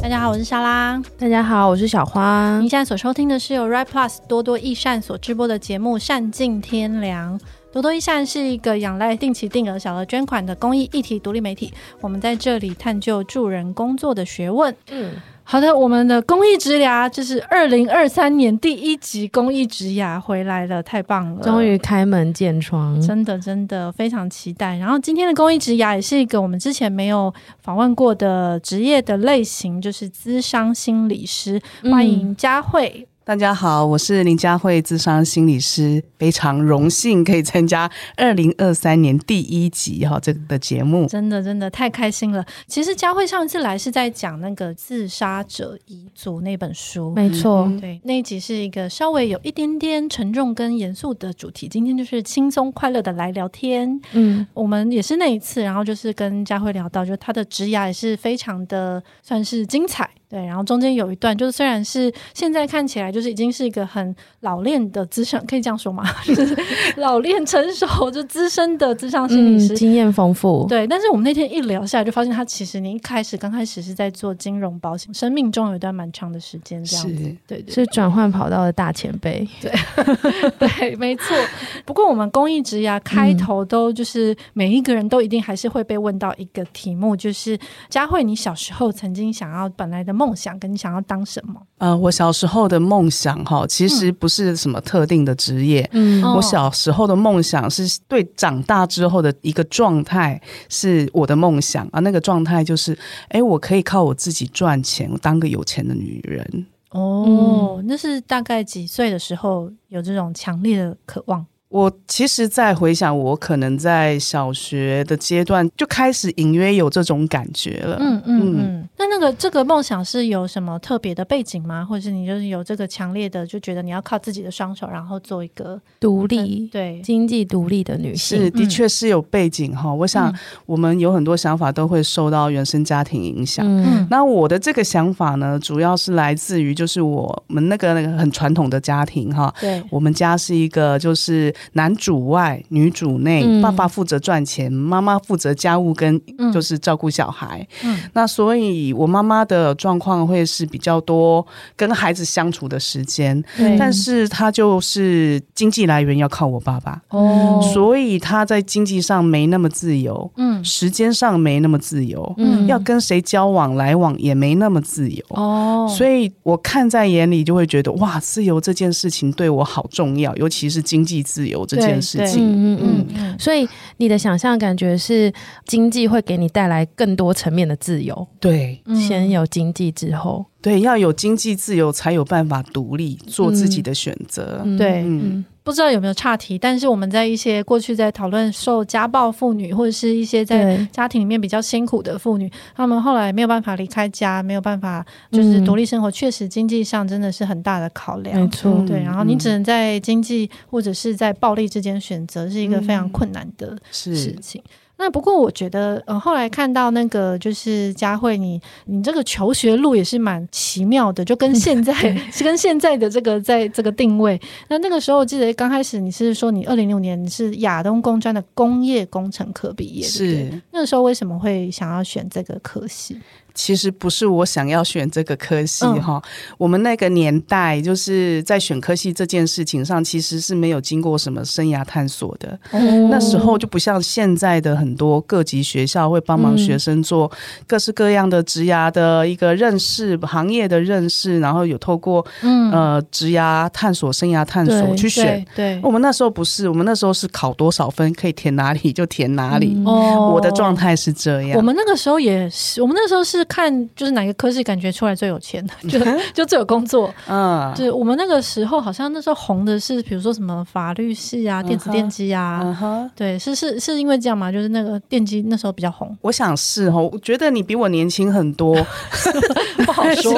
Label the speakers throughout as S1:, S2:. S1: 大家好，我是莎拉。
S2: 大家好，我是小花
S1: 您。现在所收听的是由 Right Plus 多多益善所直播的节目《善尽天良》。多多益善是一个仰赖定期定额小额捐款的公益议题独立媒体，我们在这里探究助人工作的学问。
S2: 嗯，
S1: 好的，我们的公益职涯就是二零二三年第一集公益职涯回来了，太棒了！
S2: 终于开门见窗，
S1: 真的真的非常期待。然后今天的公益职涯也是一个我们之前没有访问过的职业的类型，就是咨商心理师。
S2: 嗯
S1: 欢迎佳慧。
S3: 大家好，我是林佳慧，智商心理师，非常荣幸可以参加二零二三年第一集哈这个的节目。
S1: 真的，真的太开心了！其实佳慧上次来是在讲那个《自杀者遗族》那本书，
S2: 没错，
S1: 对，那一集是一个稍微有一点点沉重跟严肃的主题。今天就是轻松快乐的来聊天，
S2: 嗯，
S1: 我们也是那一次，然后就是跟佳慧聊到，就她的职涯也是非常的算是精彩，对。然后中间有一段，就是虽然是现在看起来就是已经是一个很老练的资深，可以这样说吗？ 就是老练成熟就资深的智商心
S2: 嗯
S1: 理师。
S2: 经验丰富，
S1: 对，但是我们那天一聊下来，就发现他其实你一开始刚开始是在做金融保险，生命中有一段蛮长的时间这样子
S3: 是。
S1: 对对
S2: 是转换跑道的大前辈，
S1: 对，没错。不过我们公益职涯开头都就是每一个人都一定还是会被问到一个题目，就是佳慧，你小时候曾经想要本来的梦想，跟你想要当什么？
S3: 呃，我小时候的梦想哈，其实不是什么特定的职业。
S2: 嗯
S1: 哦
S3: 我小时候的梦想是对长大之后的一个状态是我的梦想啊，那个状态就是，哎，我可以靠我自己赚钱，当个有钱的女人。
S1: 哦，那是大概几岁的时候有这种强烈的渴望？
S3: 我其实，在回想，我可能在小学的阶段就开始隐约有这种感觉了。
S1: 嗯嗯
S3: 嗯
S1: 嗯。那那个这个梦想是有什么特别的背景吗？或者是你就是有这个强烈的就觉得你要靠自己的双手，然后做一个
S2: 独立，
S1: 对
S2: 经济独立的女性
S3: 是，，的
S1: 嗯
S3: 确是有背景哈。我想
S1: 嗯
S3: 我们有很多想法都会受到原生家庭影响。
S2: 嗯
S3: 那我的这个想法呢，主要是来自于就是我们那个那个很传统的家庭哈。
S1: 对
S3: 我们家是一个就是男主外女主内，
S2: 嗯
S3: 爸爸负责赚钱，妈妈负责家务跟
S1: 嗯
S3: 就是照顾小孩。
S1: 嗯
S3: 那所以我妈妈的状况会是比较多跟孩子相处的时间，
S2: 嗯
S1: 对，
S3: 但是她就是经济来源要靠我爸爸。
S1: 哦
S3: 所以他在经济上没那么自由，
S1: 嗯
S3: 时间上没那么自由，
S2: 嗯
S3: 要跟谁交往来往也没那么自由。
S1: 哦，
S3: 所以我看在眼里，就会觉得哇，自由这件事情对我好重要，尤其是经济自由这件事
S1: 对对
S3: 情。
S2: 嗯嗯
S1: 嗯
S2: 嗯。
S1: 嗯
S2: 所以你的想象感觉是经济会给你带来更多层面的自由，
S3: 对
S1: 嗯
S2: 先有经济之后，
S3: 对，要有经济自由，才有办法独立做自己的选择。
S2: 嗯
S1: 对
S2: 嗯
S1: 不知道有没有岔题，但是我们在一些过去在讨论受家暴妇女或者是一些在
S2: 对，
S1: 家庭里面比较辛苦的妇女，她们后来没有办法离开家，没有办法就是
S2: 嗯
S1: 独立生活，确实经济上真的是很大的考
S2: 没
S1: 量。
S2: 错，
S3: 嗯
S1: 对，然后你只能在经济或者是在暴力之间选择，是一个非
S2: 嗯
S1: 常困难的事
S3: 是，
S1: 情。那不过我觉得，呃，后来看到那个就是佳慧你，你这个求学路也是蛮奇妙的，就跟现在是 跟现在的这个在这个定位。那那个时候我记得刚开始你是说你二零六年你是亚东工专的工业工程科毕业，对不对
S3: 是，
S1: 那个时候为什么会想要选这个科系？
S3: 其实不是我想要选这个科系
S1: 嗯
S3: 哈、我们那个年代就是在选科系这件事情上，其实是没有经过什么生涯探索的。
S1: 嗯
S2: 哦
S3: 那时候就不像现在的很多各级学校会帮忙
S2: 嗯
S3: 学生做各式各样的职涯的一个认识、行业的认识，然后有透过
S1: 嗯，
S3: 呃职涯探索、生涯探索
S2: 对
S3: 去选。哦
S1: 对
S3: 我们那时候不是，我们那时候是考多少分可以填哪里就填哪里。
S2: 嗯
S1: 哦
S3: 我的状。态是这样。
S1: 我们那个时候也是，我们那时候是看就是哪个科系感觉出来最有钱， 就就最有工作。
S3: 嗯
S1: 对，我们那个时候好像那时候红的是，比如说什么法律系啊、电子电机啊，
S3: 嗯哼。，
S1: 对，是是是因为这样嘛，就是那个电机那时候比较红
S3: 我想是哦，我觉得你比我年轻很多。
S1: 不
S3: 哦
S1: 好说。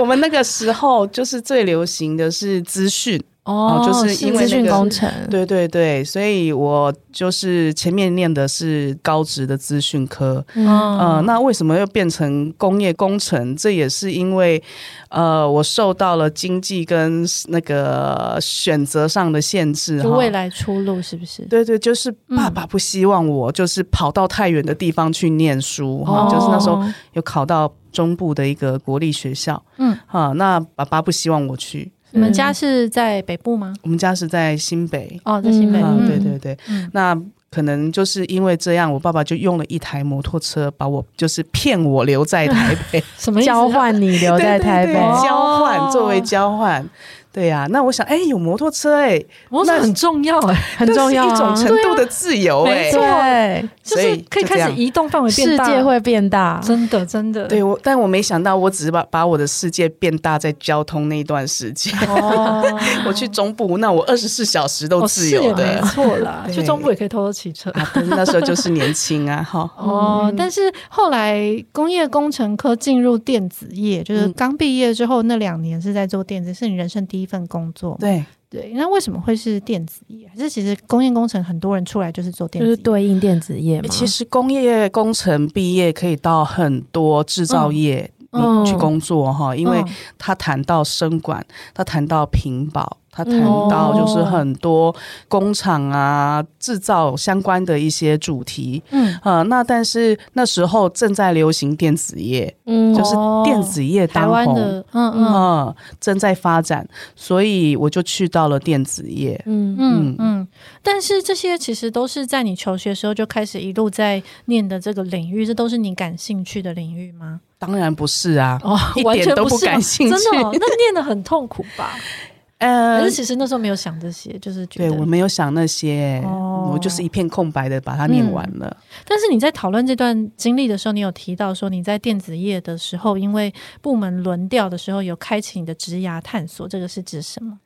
S3: 我们那个时候就是最流行的是资讯，
S2: 哦，
S3: 就是因为那
S2: 资
S3: 个
S2: 讯工程，
S3: 对对对，所以我就是前面念的是高职的资讯科，
S2: 嗯，
S3: 呃，那为什么又变成工业工程？这也是因为，呃，我受到了经济跟那个选择上的限制
S1: 就
S3: 哈
S1: 未来出路是不是？
S3: 对对，就是爸
S1: 嗯
S3: 爸不希望我就是跑到太远的地方去念书哈、
S1: 哦
S3: 就是那时候
S2: 嗯
S3: 有考到中部的一个国立学校，
S1: 嗯
S3: 哈、那爸爸不希望我去，
S1: 你们家是在北部吗？
S3: 我们家是在新北，
S1: 哦，在新北。
S3: 啊，
S1: 嗯
S3: 对对对，
S1: 嗯
S3: 那可能就是因为这样，我爸爸就用了一台摩托车把我就是骗我留在台 北，
S1: 什么意思
S2: 交？换你留在台北
S3: 对对，对交
S1: 哦
S3: 换作为交换。对呀、那我想，哎，有摩托车哎、
S1: 我
S3: 那
S1: 说很重要哎，
S2: 很重要
S3: 那是一种
S2: 啊，
S3: 程度的自由哎、
S1: 对啊
S2: 对，
S1: 就
S3: 所以
S1: 是可以
S3: 就这
S1: 开始
S3: 样
S1: 移动范围变
S2: 世
S1: 大，
S2: 界会变大，
S1: 真的真的
S3: 对我，但我没想到，我只是把把我的世界变大在交通那一段 时间。
S1: 哦，
S3: 我去中部，那我二十四小时 都
S1: 哦
S3: 自
S1: 是也
S3: 由
S1: 没
S3: 的、
S1: 错啦，
S3: 对
S1: 去中部也可以偷偷骑车。
S3: 啊，但是那时候就是年轻啊，哈。
S1: 哦，但是后来工业工程科进入电子业，就是
S3: 嗯
S1: 刚毕业之后那两年是在做电子，是你人生第一份工作吗。
S3: 对，
S1: 对，那为什么会是电子业？还是其实工业工程很多人出来就是做电子
S2: 就
S1: 哎业？
S2: 是对应电子业嘛，
S3: 其实工业工程毕业可以到很多制造业。
S2: 嗯
S3: 你去工作哈，因为
S1: 嗯
S3: 他谈到生管，他谈到屏保，他谈到就是很多工厂啊、制造相关的一些主题
S1: 嗯，
S3: 呃。那但是那时候正在流行电子业，
S2: 嗯
S3: 就是电子业
S1: 台
S3: 当
S1: 湾
S3: 红，
S1: 的，嗯
S3: 嗯、
S1: 嗯
S3: 正在发展，所以我就去到了电子业。
S2: 嗯
S1: 嗯
S3: 嗯
S1: 嗯。但是这些其实都是在你求学时候就开始一路在念的这个领域，这都是你感兴趣的领域吗？
S3: 当然不是啊，
S1: 哦，
S3: 一
S1: 完全
S3: 点都
S1: 不是
S3: 感
S1: 吗
S3: 兴趣。
S1: 真的、哦，那念的 很痛苦吧？可
S3: 呃
S1: 是，其实那时候没有想这些，就是觉
S3: 对我
S1: 得。
S3: 没有想那些，
S1: 哦
S3: 我就是一片空白的把它念完了。
S1: 但是你在讨论这段经历的时候，你有提到说你在电子业的时候，因为部门轮调的时候有开启你的职涯探索，这个是指什么？嗯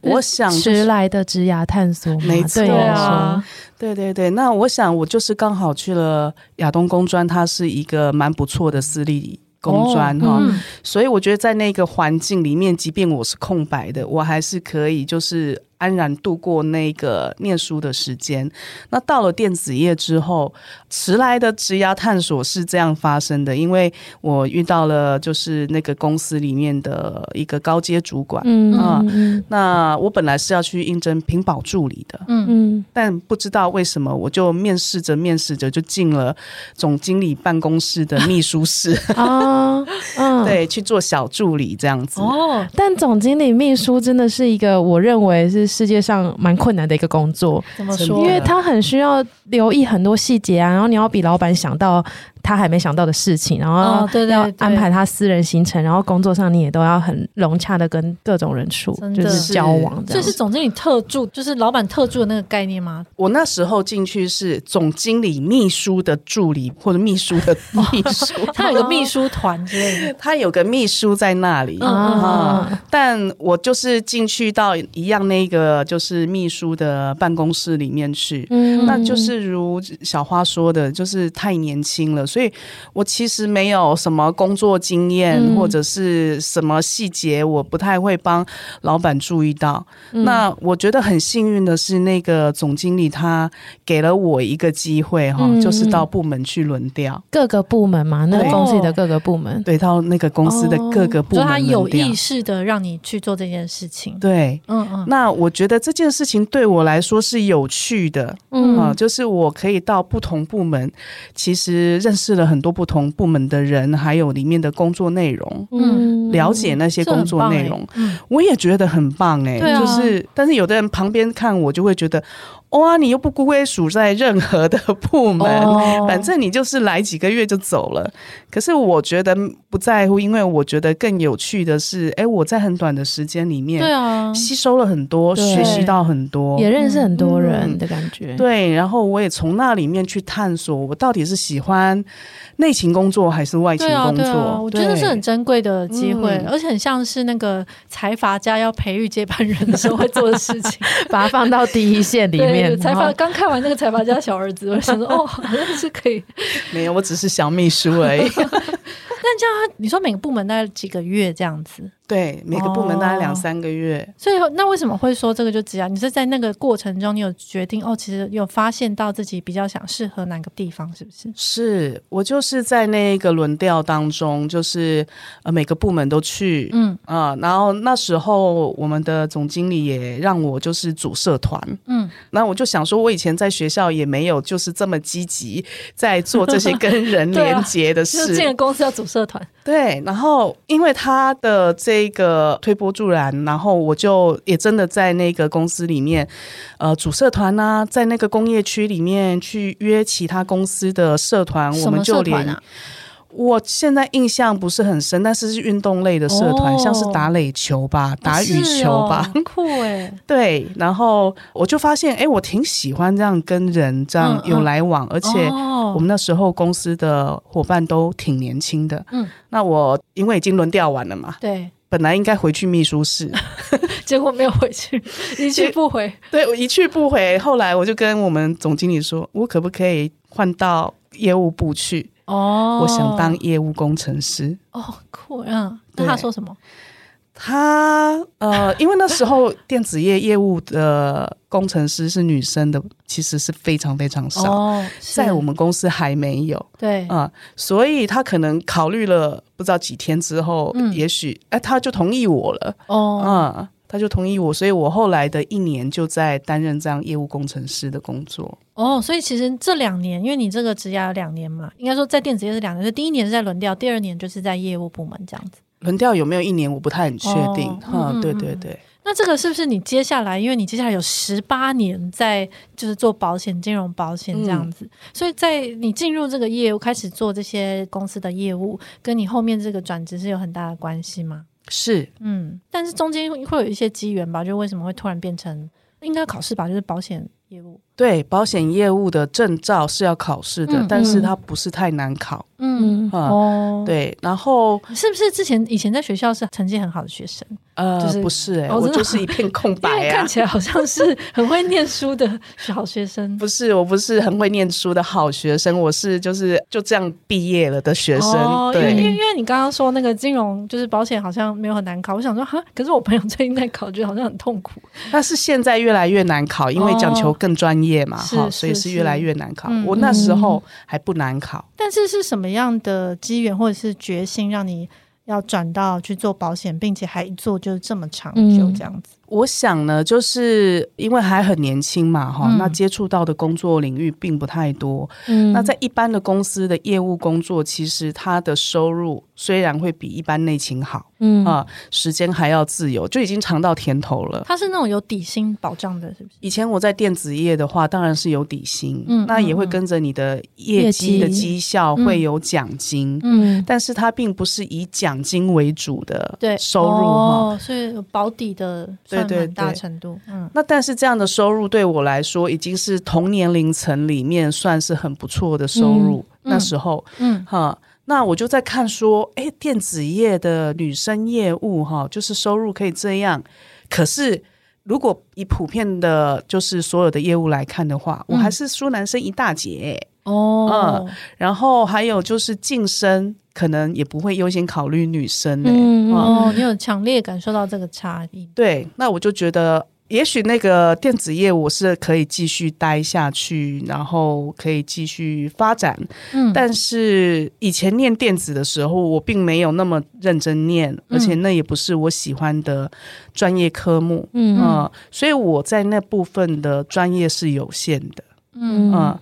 S3: 我想、就
S2: 迟
S3: 是，
S2: 来的职涯探索嘛，
S3: 没错
S2: 对你来说
S1: 啊，
S3: 对对对，那我想我就是刚好去了亚东工专，它是一个蛮不错的私立。工专哈、
S1: 嗯
S3: 所以我觉得在那个环境里面，即便我是空白的，我还是可以就是安然度过那个念书的时间。那到了电子业之后，迟来的职涯探索是这样发生的，因为我遇到了就是那个公司里面的一个高阶主管，
S2: 嗯
S3: 啊
S2: 嗯
S3: 那我本来是要去应征屏保助理的，
S1: 嗯
S2: 嗯
S3: 但不知道为什么我就面试着面试着就进了总经理办公室的秘书室，
S2: 啊嗯。
S3: 对，去做小助理这样子。
S1: 哦，
S2: 但总经理秘书真的是一个我认为是世界上蛮困难的一个工作，
S1: 怎么
S3: 真
S1: 说？
S2: 因
S3: 的
S2: 为他很需要留意很多细节啊，然后你要比老板想到他还没想到的事情，然后
S1: 哦对对
S2: 要
S1: 对
S2: 安排他私人行程，然后工作上你也都要很融洽的跟各种人处
S1: 真的
S2: 就是交往
S1: 这
S2: 这样
S1: 是
S2: 子。
S1: 总经理特助，就是老板特助的那个概念吗？
S3: 我那时候进去是总经理秘书的助理或者秘书的秘书，
S1: 他有个秘书团之类的，
S3: 他有个秘书在那里。
S1: 嗯
S3: 啊，但我就是进去到一样那个就是秘书的办公室里面去，
S2: 嗯
S3: 那就是如小花说的，就是太年轻了，所以我其实没有什么工作经验、
S2: 嗯
S3: 或者是什么细节，我不太会帮老板注意到。
S2: 嗯
S3: 那我觉得很幸运的是，那个总经理他给了我一个机会哈、
S2: 嗯
S3: 就是到部门去轮调，
S2: 各个部门嘛，那个
S3: 对
S2: 公司里的各个部门，
S3: 对，到那个公司的
S2: 哦
S3: 各个部
S1: 就
S3: 门、
S1: 是他
S3: 轮
S1: 有
S3: 调
S1: 意识的让你去做这件事情。
S3: 对。
S1: 嗯嗯，
S3: 那我觉得这件事情对我来说是有趣的，啊，
S2: 嗯
S3: 就是我可以到不同部门，其实认识了很多不同部门的人，还有里面的工作内容，
S1: 嗯
S3: 了解那些
S1: 这
S3: 工
S1: 很
S3: 作
S1: 棒
S3: 内
S1: 欸
S3: 容，
S1: 嗯
S3: 我也觉得很棒哎、
S1: 对啊
S3: 就是，但是有的人旁边看我就会觉得，哇、你又不归属在任何的部门。
S1: 哦
S3: 反正你就是来几个月就走了，可是我觉得不在乎，因为我觉得更有趣的是，哎，我在很短的时间里
S1: 对
S3: 面
S1: 啊，
S3: 吸收了很多，
S2: 对
S3: 学习到很多，
S2: 也认识很多
S3: 嗯
S2: 人的感觉。
S3: 对，然后我也从那里面去探索，我到底是喜欢内勤工作还是外勤
S1: 对啊，
S3: 工作？
S1: 对啊，我觉得是很
S3: 对
S1: 珍贵的机会，
S3: 嗯
S1: 而且很像是那个财阀家要培育接班人的时候会做的事 情。
S2: 把它放到第一线里
S1: 对
S2: 面
S1: 对，。财阀
S2: 然后
S1: 刚看完那个财阀家 小儿子，我就想说，哦，好像是可以。
S3: 没有，我只是小秘书而已。
S1: 那但这样，你说每个部门大概几个月这样子，
S3: 对，每个部门大概两
S1: 哦
S3: 三个月。
S1: 所以那为什么会说这个就职涯？你是在那个过程中，你有决定哦，其实有发现到自己比较想适合哪个地方，是不是？
S3: 是我就是在那个轮调当中，就是呃每个部门都去，
S1: 嗯
S3: 啊、然后那时候我们的总经理也让我就是组社团，
S1: 嗯，
S3: 那我就想说，我以前在学校也没有就是这么积极在做这些跟 人
S1: 对啊
S3: 连接的
S1: 就
S3: 事，
S1: 是进了公司要组社团，
S3: 对，然后因为他的这个推波助澜，然后我就也真的在那个公司里面，呃，组社团呐、在那个工业区里面去约其他公司的社团，我
S1: 什
S3: 们
S1: 么
S3: 就
S1: 社
S3: 连
S1: 团啊？
S3: 我现在印象不是很深，但是是运动类的社团，
S1: 哦
S3: 像是打垒球吧，打羽球 吧。
S1: 是哦酷哎，
S3: 对，然后我就发现，哎，我挺喜欢这样跟人这样
S1: 嗯嗯
S3: 有来往，而且
S1: 哦
S3: 我们那时候公司的伙伴都挺年轻的，
S1: 嗯
S3: 嗯，那我因为已经轮调完了嘛，
S1: 对，
S3: 本来应该回去秘书室，
S1: 结果没有回去，一去不回，
S3: 对我一去不回。后来我就跟我们总经理说，我可不可以换到业务部去？
S1: 哦
S3: 我想当业务工程师。
S1: 哦酷，嗯，那他说什么？
S3: 他呃，因为那时候电子业业务的工程师是女生的，其实是非常非常少，
S1: 哦，是
S3: 在我们公司还没有。
S1: 对，
S3: 啊、所以他可能考虑了不知道几天之后，
S1: 嗯
S3: 也许哎、他就同意我了，
S1: 哦，
S3: 嗯，他就同意我，所以我后来的一年就在担任这样业务工程师的工作。
S1: 哦，所以其实这两年，因为你这个职涯有两年嘛，应该说在电子业是两年，就第一年是在轮调，第二年就是在业务部门这样子。
S3: 轮调有没有一年，我不太很确定。
S1: 哦
S3: 哈、
S1: 嗯
S3: 对
S1: 嗯
S3: 对
S1: 嗯
S3: 对，
S1: 那这个是不是你接下来，因为你接下来有十八年在就是做保险、金融保险这样子，所以在你进入这个业务开始做这些公司的业务，跟你后面这个转职是有很大的关系吗？
S3: 是
S1: 嗯，但是中间会有一些机缘吧，就为什么会突然变成应该考试吧，就是保险业务。
S3: 对保险业务的证照是要考试的，
S1: 嗯
S3: 但是
S2: 嗯
S3: 它不是太难考
S1: 嗯，
S2: 嗯，
S3: 啊、
S1: 哦，，
S3: 对，然后
S1: 是不是之前以前在学校是成绩很好的学生？
S3: 呃，
S1: 就是
S3: 不是哎、
S1: 哦
S3: 我
S1: 真的
S3: 就是一片 空
S1: 因
S3: 白
S1: 为
S3: 啊
S1: 看。起来好像是很会念书的好学生。
S3: 不是，我不是很会念书的好学生，我是就是就这样毕业了的学生。
S1: 哦，因为
S3: 对，
S1: 因为因为你刚刚说那个金融就是保险好像没有很难考，我想说哈，可是我朋友最近在考，觉得好像很痛苦。
S3: 但是现在越来越难考，因为讲求更专业嘛，
S1: 哦是
S3: 哈、所以
S1: 是
S3: 是越来越难考。
S1: 是嗯嗯
S3: 我那时候还不难考，
S1: 但是是什么样的机缘或者是决心让你要转到去做保险，并且还一做就是这么长久
S2: 嗯
S1: 这样子？
S3: 我想呢，就是因为还很年轻嘛，哈、
S1: 嗯
S3: 那接触到的工作领域并不太多。
S2: 嗯
S3: 那在一般的公司的业务工作，其实他的收入虽然会比一般内勤好
S2: 嗯
S3: 啊、时间还要自由，就已经尝到甜头了。
S1: 它是那种有底薪保障的，是不是？
S3: 以前我在电子业的话，当然是有底薪，
S1: 嗯
S3: 那也会
S1: 嗯嗯
S3: 跟着你的业绩的
S2: 业绩
S3: 绩效
S1: 嗯
S3: 会有奖金，
S2: 嗯
S3: 但是它并不是以奖金为主的
S1: 对，
S3: 收入哈。
S1: 哦，所以有保底的
S3: 对
S1: 算
S3: 对
S1: 蛮大
S3: 对
S1: 程度，嗯。
S3: 那但是这样的收入对我来说，已经是同年龄层里面算是很不错的收入。
S1: 嗯
S3: 那时候，
S1: 嗯，
S3: 哈、那我就在看说，哎，电子业的女生业务哈，就是收入可以这样，可是。如果以普遍的，就是所有的业务来看的话，我
S1: 嗯
S3: 还是输男生一大截、
S1: 哦，
S3: 然后还有就是晋升，可能也不会优先考虑女生、欸。
S2: 嗯
S3: 啊
S1: 哦，你有强烈感受到这个差异，
S3: 对，那我就觉得，也许那个电子业我是可以继续待下去，然后可以继续发展。
S1: 嗯，
S3: 但是以前念电子的时候，我并没有那么认真念，而且那也不是我喜欢的专业科目。
S2: 嗯
S3: 嗯，所以我在那部分的专业是有限的。
S1: 嗯
S3: 嗯，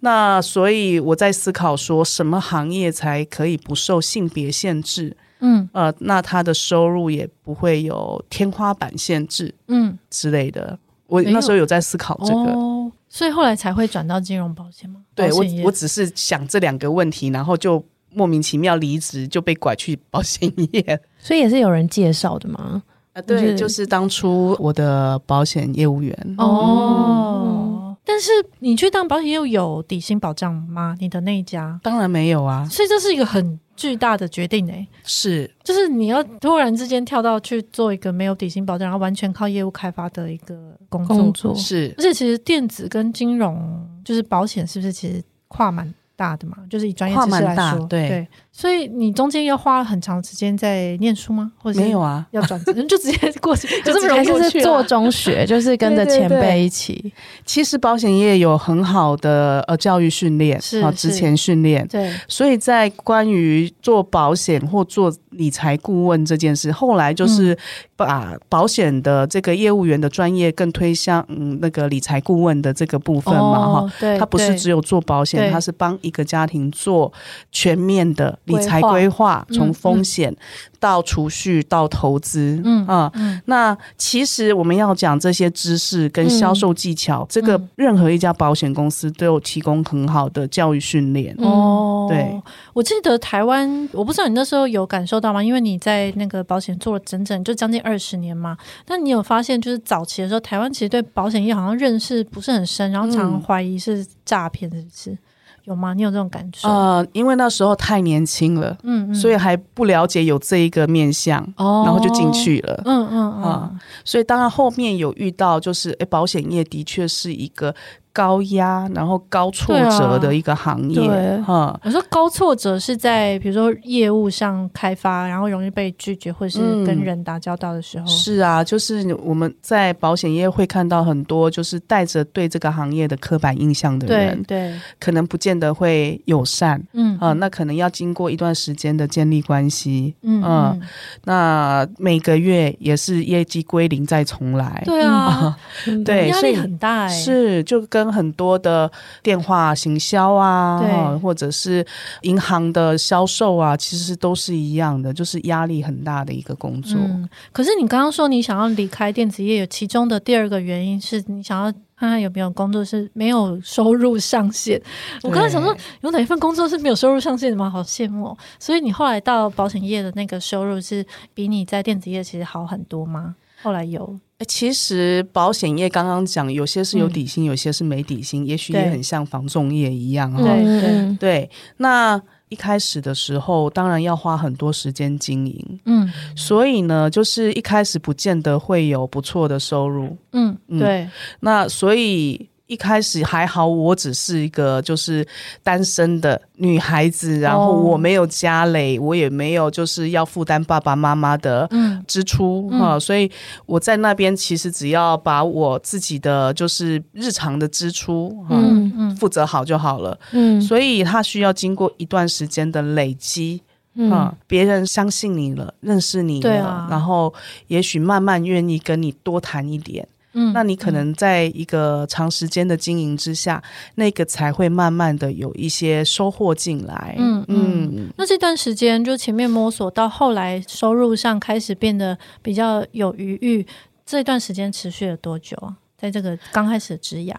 S3: 那所以我在思考说，什么行业才可以不受性别限制？
S1: 嗯
S3: 呃，那他的收入也不会有天花板限制。
S1: 嗯，
S3: 之类的。我
S1: 没有
S3: 那时候有在思考这个，
S1: 哦，所以后来才会转到金融保险吗？
S3: 对
S1: 保
S3: 我
S1: 险业
S3: 我只是想这两个问题，然后就莫名其妙离职，就被拐去保险业。
S2: 所以也是有人介绍的嘛，
S3: 啊，
S2: 对
S3: 对，就是当初我的保险业务员，嗯
S1: 哦。但是你去当保险业务有底薪保障吗？你的那一家，
S3: 当然没有啊，
S1: 所以这是一个很巨大的决定诶、欸
S3: 是
S1: 就是你要突然之间跳到去做一个没有底薪保障，然后完全靠业务开发的一个工作，
S2: 工作
S3: 是
S1: 而且其实电子跟金融，就是保险，是不是其实跨蛮大的嘛？就是以专业知
S3: 跨
S1: 识
S3: 蛮
S1: 来
S3: 大
S1: 说，
S3: 对
S1: 所以你中间要花了很长时间在念书吗？或者是
S3: 没有啊，
S1: 要转职，就直接过 去，就
S2: 可
S1: 这么容
S2: 还
S1: 易过
S2: 是
S1: 去
S2: 是
S1: 啊
S2: 做中学，就是跟着
S1: 对对
S2: 前
S1: 对
S2: 辈一起。
S3: 其实保险业有很好的呃教育训练
S1: 是
S3: 啊，
S1: 是
S3: 职前训练。
S1: 对
S3: 所以在关于做保险或做理财顾问这件事，后来
S1: 嗯
S3: 就是把保险的这个业务员的专业更推向嗯那个理财顾问的这个部分嘛哈。
S1: 哦对，
S3: 他不是
S1: 对
S3: 只有做保险，
S1: 对
S3: 他是帮一个家庭做全面的理财
S1: 规划
S3: 规划，
S1: 嗯
S3: 从风险到储蓄到投资，
S1: 嗯
S3: 啊、
S1: 嗯
S3: 那其实我们要讲这些知识跟
S2: 嗯
S3: 销售技巧，这
S1: 嗯
S3: 个任何一家保险公司都有提供很好的教育训练。
S2: 嗯
S1: 哦，
S3: 对，
S1: 我记得台湾，我不知道你那时候有感受到吗？因为你在那个保险做了整整就将近二十年嘛，那你有发现就是早期的时候，台湾其实对保险业好像认识不是很深，然后常常
S3: 嗯
S1: 怀疑是诈骗，是不是？有吗？你有这种感受？
S3: 呃，因为那时候太年轻了，
S1: 嗯嗯，
S3: 所以还不了解有这一个面向，
S1: 哦，
S3: 然后就进，去了。
S1: 嗯嗯嗯
S3: 啊，所以当然后面有遇到，就是诶，保险业的确是一个高压，然后高挫折的一个行业，
S2: 对啊
S3: 哈、
S1: 我说高挫折是在比如说业务上开发，然后容易被拒绝，或是
S3: 嗯
S1: 跟人打交道的时候，
S3: 是啊，就是我们在保险业会看到很多，就是带着对这个行业的刻板印象的
S1: 对
S3: 人，
S1: 对，
S3: 可能不见得会友善
S1: 嗯
S3: 啊、那可能要经过一段时间的建立关系，
S1: 嗯
S3: 啊
S1: 嗯，
S3: 那每个月也是业绩归零再重来，
S1: 对啊，
S2: 嗯
S3: 对
S1: 压
S3: 所
S1: 力
S3: 以
S1: 很大哎，
S3: 是，就跟很多的电话行销啊，
S1: 对
S3: 哈或者是银行的销售啊，其实都是一样的，就是压力很大的一个工作。
S1: 嗯，可是你刚刚说你想要离开电子业，有其中的第二个原因是你想要看看有没有工作是没有收入上 限。我刚才想说
S3: 对，
S1: 有哪一份工作是没有收入上限的吗？好羡慕、哦。所以你后来到保险业的那个收入是比你在电子业其实好很多吗？后来有，
S3: 诶其实保险业刚刚讲，有些是有
S1: 嗯
S3: 底薪，有些是没底薪，也许
S1: 对
S3: 也很像房仲业一样哈、
S1: 对
S2: 嗯
S1: 对
S2: 嗯
S3: 对，那一开始的时候，当然要花很多时间经营，
S1: 嗯
S3: 所以呢，就是一开始不见得会有不错的收入。
S1: 嗯，
S3: 嗯
S1: 对，
S3: 那所以一开始还好，我只是一个就是单身的女孩子，然后
S1: 哦
S3: 我没有家累，我也没有就是要负担爸爸妈妈的
S1: 嗯
S3: 支出哈、所以我在那边其实只要把我自己的就是日常的支出哈、
S1: 嗯嗯
S3: 负责好就好了。
S2: 嗯
S3: 所以他需要经过一段时间的累积，
S2: 嗯
S3: 啊，别人相信你了，认识你
S1: 对
S3: 了，
S1: 啊
S3: 然后也许慢慢愿意跟你多谈一点。
S1: 嗯，
S3: 那你可能在一个长时间的经营之下，那个才会慢慢的有一些收获进来。
S1: 嗯那这段时间就前面摸索到后来收入上开始变得比较有余裕，这段时间持续了多久啊？在这个刚开始的职涯，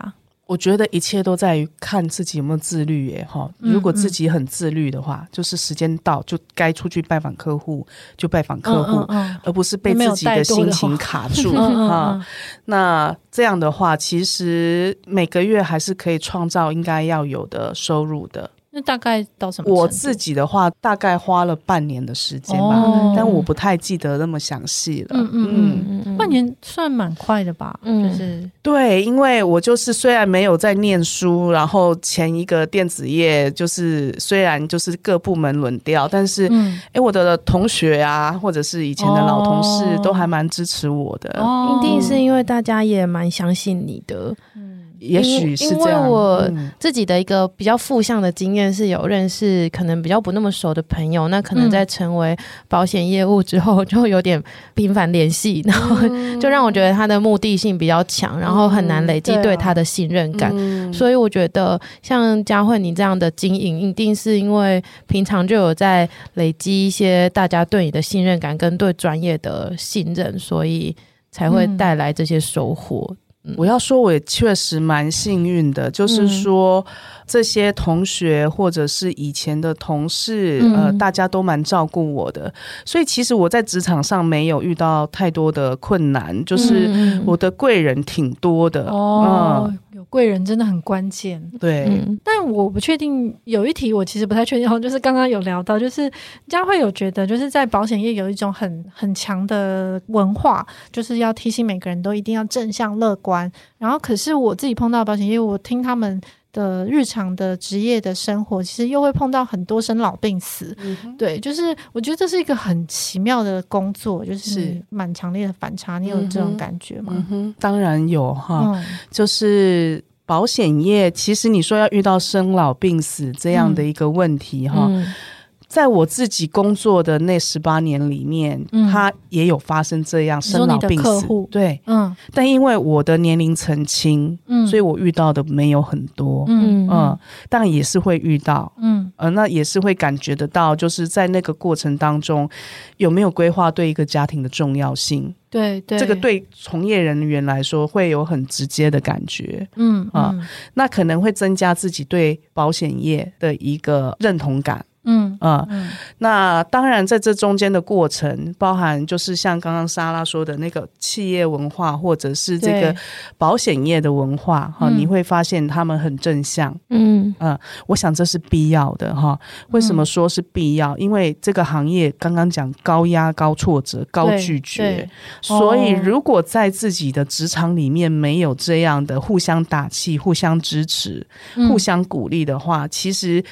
S3: 我觉得一切都在于看自己有没有自律耶哈。
S1: 嗯
S3: 如果自己很自律的话，就是时间到就该出去拜访客户，就拜访客户。
S1: 嗯嗯
S3: 而不是被自己的心情卡住
S1: 嗯嗯
S3: 啊！
S1: 嗯
S3: 那这样的话，其实每个月还是可以创造应该要有的收入的。
S1: 那大概到什么程度？
S3: 我自己的话，大概花了半年的时间吧，
S1: 哦
S3: 但我不太记得那么详细了。
S1: 嗯嗯嗯，
S2: 嗯嗯
S1: 半年算蛮快的吧，
S2: 嗯
S1: 就是
S3: 对，因为我就是虽然没有在念书，然后前一个电子业就是虽然就是各部门轮调，但是诶，
S1: 嗯
S3: 我的同学啊，或者是以前的老同事
S1: 哦
S3: 都还蛮支持我的。
S1: 哦
S2: 嗯一定是因为大家也蛮相信你的。
S1: 嗯
S3: 也许是
S2: 因为
S3: 这样，
S2: 我
S3: 嗯
S2: 自己的一个比较负向的经验是有认识可能比较不那么熟的朋友，那可能
S1: 嗯
S2: 在成为保险业务之后 就有点频繁联系，然后就让我觉得他的目的性比较强，然后很难累积
S1: 哦嗯对啊
S2: 对他的信任感。
S3: 嗯
S2: 所以我觉得，像佳慧你这样的经营，一定是因为平常就有在累积一些大家对你的信任感跟对专业的信任，所以才会
S1: 嗯
S2: 带来这些收获。
S3: 我要说，我也确实蛮幸运的，
S2: 嗯
S3: 就是说、这些同学或者是以前的同事，呃，
S2: 嗯
S3: 大家都蛮照顾我的，所以其实我在职场上没有遇到太多的困难，就是
S2: 嗯嗯
S3: 我的贵人挺多的。
S1: 哦，
S3: 嗯
S1: 有贵人真的很关键。
S3: 对，
S2: 嗯
S1: 但我不确定，有一题我其实不太确定哦，就是刚刚有聊到，就是佳慧有觉得，就是在保险业有一种很很强的文化，就是要提醒每个人都一定要正向乐观。然后，可是我自己碰到保险业，我听他们的日常的职业的生活，其实又会碰到很多生老病死。
S3: 嗯
S1: 对，就是我觉得这是一个很奇妙的工作，就是
S3: 是
S1: 你蛮强烈的反差。你有这
S3: 嗯
S1: 种
S3: 哼
S1: 感觉
S3: 嗯
S1: 吗？
S3: 哼，当然有哈，
S1: 嗯
S3: 就是保险业，其实你说要遇到生老病死这样的一个问题哈，
S2: 嗯
S3: 在我自己工作的那十八年里面，
S1: 嗯
S3: 它也有发生这样
S1: 说
S3: 生老
S1: 你的
S3: 病
S1: 客
S3: 死
S1: 户，
S3: 对。
S1: 嗯
S3: 但因为我的年龄层轻，
S1: 嗯，
S3: 所以我遇到的没有很多，
S1: 嗯
S2: 嗯
S3: 嗯，但也是会遇到，
S1: 嗯
S3: 呃，那也是会感觉得到，就是在那个过程当中，有没有规划对一个家庭的重要性，
S1: 对对，
S3: 这个对从业人员来说会有很直接的感觉，
S1: 嗯
S3: 啊
S1: 嗯
S3: 那可能会增加自己对保险业的一个认同感，
S1: 嗯
S3: 嗯、
S1: 嗯
S3: 那当然，在这中间的过程，包含就是像刚刚莎拉说的那个企业文化，或者是这个
S2: 对
S3: 保险业的文化，哈、
S1: 嗯
S3: 你会发现他们很正向。
S2: 嗯
S3: 我想这是必要的哈。为什么说是
S1: 嗯
S3: 必要？因为这个行业刚刚讲高压、高挫折、高
S1: 对
S3: 拒绝
S1: 对，
S3: 所以
S1: 哦
S3: 如果在自己的职场里面没有这样的互相打气、互相支持、
S1: 嗯
S3: 互相鼓励的话，其实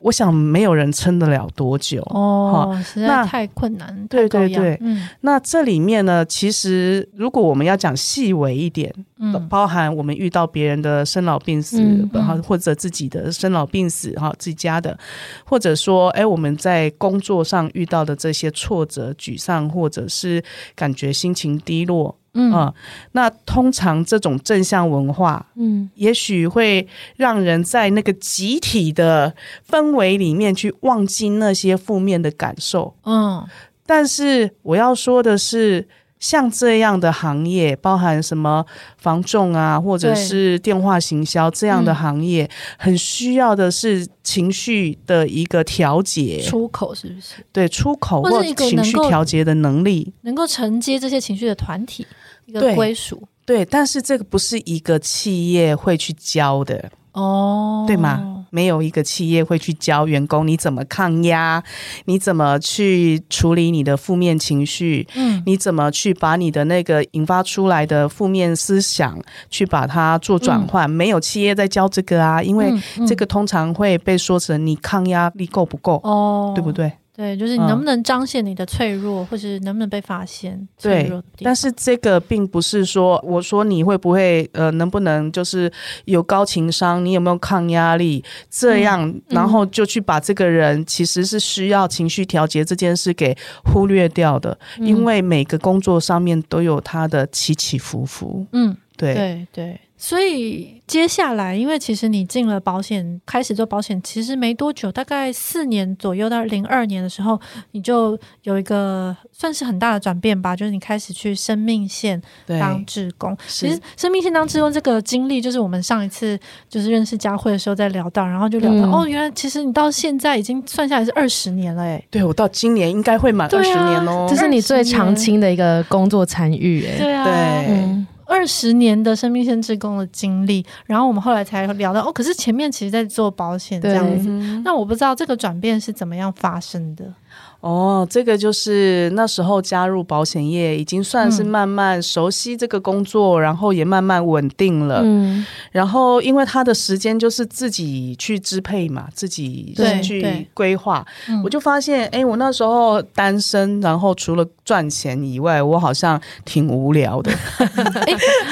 S3: 我想没有人撑得了多久。
S1: 哦，实在
S3: 那
S1: 太困难，太
S3: 对
S1: 高
S3: 对
S1: 压
S3: 对
S1: 嗯
S3: 那这里面呢，其实如果我们要讲细微一点，
S1: 嗯
S3: 包含我们遇到别人的生老病死，
S2: 嗯
S3: 然后
S1: 嗯
S3: 或者自己的生老病死哈，自己家的，或者说哎我们在工作上遇到的这些挫折、沮丧，或者是感觉心情低落
S1: 嗯
S3: 啊、那通常这种正向文化。
S2: 嗯，
S3: 也许会让人在那个集体的氛围里面去忘记那些负面的感受，
S1: 嗯
S3: 但是我要说的是，像这样的行业，包含什么房仲啊，或者
S1: 对
S3: 是电话行销这
S1: 嗯
S3: 样的行业，很需要的是情绪的一个调节，
S1: 出口是不是
S3: 对出口
S1: 或是
S3: 或
S1: 一个
S3: 情绪
S1: 能够
S3: 调节的能力。
S1: 能够承接这些情绪的团体一个
S3: 对
S1: 归属？
S3: 对，但是这个不是一个企业会去教的，
S1: 哦，
S3: 对吗？？没有一个企业会去教员工你怎么抗压，你怎么去处理你的负面情绪，
S1: 嗯，
S3: 你怎么去把你的那个引发出来的负面思想去把它做转换？没有企业在教这个啊，因为
S1: 嗯
S3: 这个通常会被说成你抗压力够不够，
S1: 嗯哦，
S3: 对不？对？
S1: 对，就是你
S3: 嗯
S1: 能不能彰显你的脆弱，或是能不能被发现脆
S3: 对
S1: 弱的地方？
S3: 但是这个并不是说我说你会不会呃能不能就是有高情商，你有没有抗压力这
S1: 嗯
S3: 样，然后就去把这个人其实是需要情绪调节这件事给忽略掉的，
S1: 嗯
S3: 因为每个工作上面都有它的起起伏伏，
S1: 嗯，
S3: 对。
S1: 对对。所以接下来，因为其实你进了保险，开始做保险，其实没多久，大概四年左右，到零二年的时候，你就有一个算是很大的转变吧，就是你开始去生命线
S3: 对
S1: 当志工。其
S3: 是
S1: 实生命线当志工这个经历，就是我们上一次就是认识佳慧的时候在聊到，然后就聊到、
S2: 嗯
S1: 哦，原来其实你到现在已经算下来是二十年了、欸，
S3: 对我到今年应该会满二
S1: 对
S3: 十
S1: 啊
S3: 年哦。
S2: 这是你最长青的一个工作参与、
S1: 哎，
S2: 哎，
S1: 对啊，
S3: 对
S2: 嗯
S1: 二十年的生命线志工的经历，然后我们后来才聊到哦，可是前面其实在做保险这
S2: 对
S1: 样子。
S3: 嗯
S1: 那我不知道这个转变是怎么样发生的。
S3: 哦，这个就是那时候加入保险业，已经算是
S1: 嗯
S3: 慢慢熟悉这个工作，然后也慢慢稳定了。
S2: 嗯，
S3: 然后因为他的时间就是自己去支配嘛，自己
S1: 对
S3: 去
S1: 对
S3: 规划。
S1: 嗯
S3: 我就发现，哎，我那时候单身，然后除了赚钱以外，我好像挺无聊 的。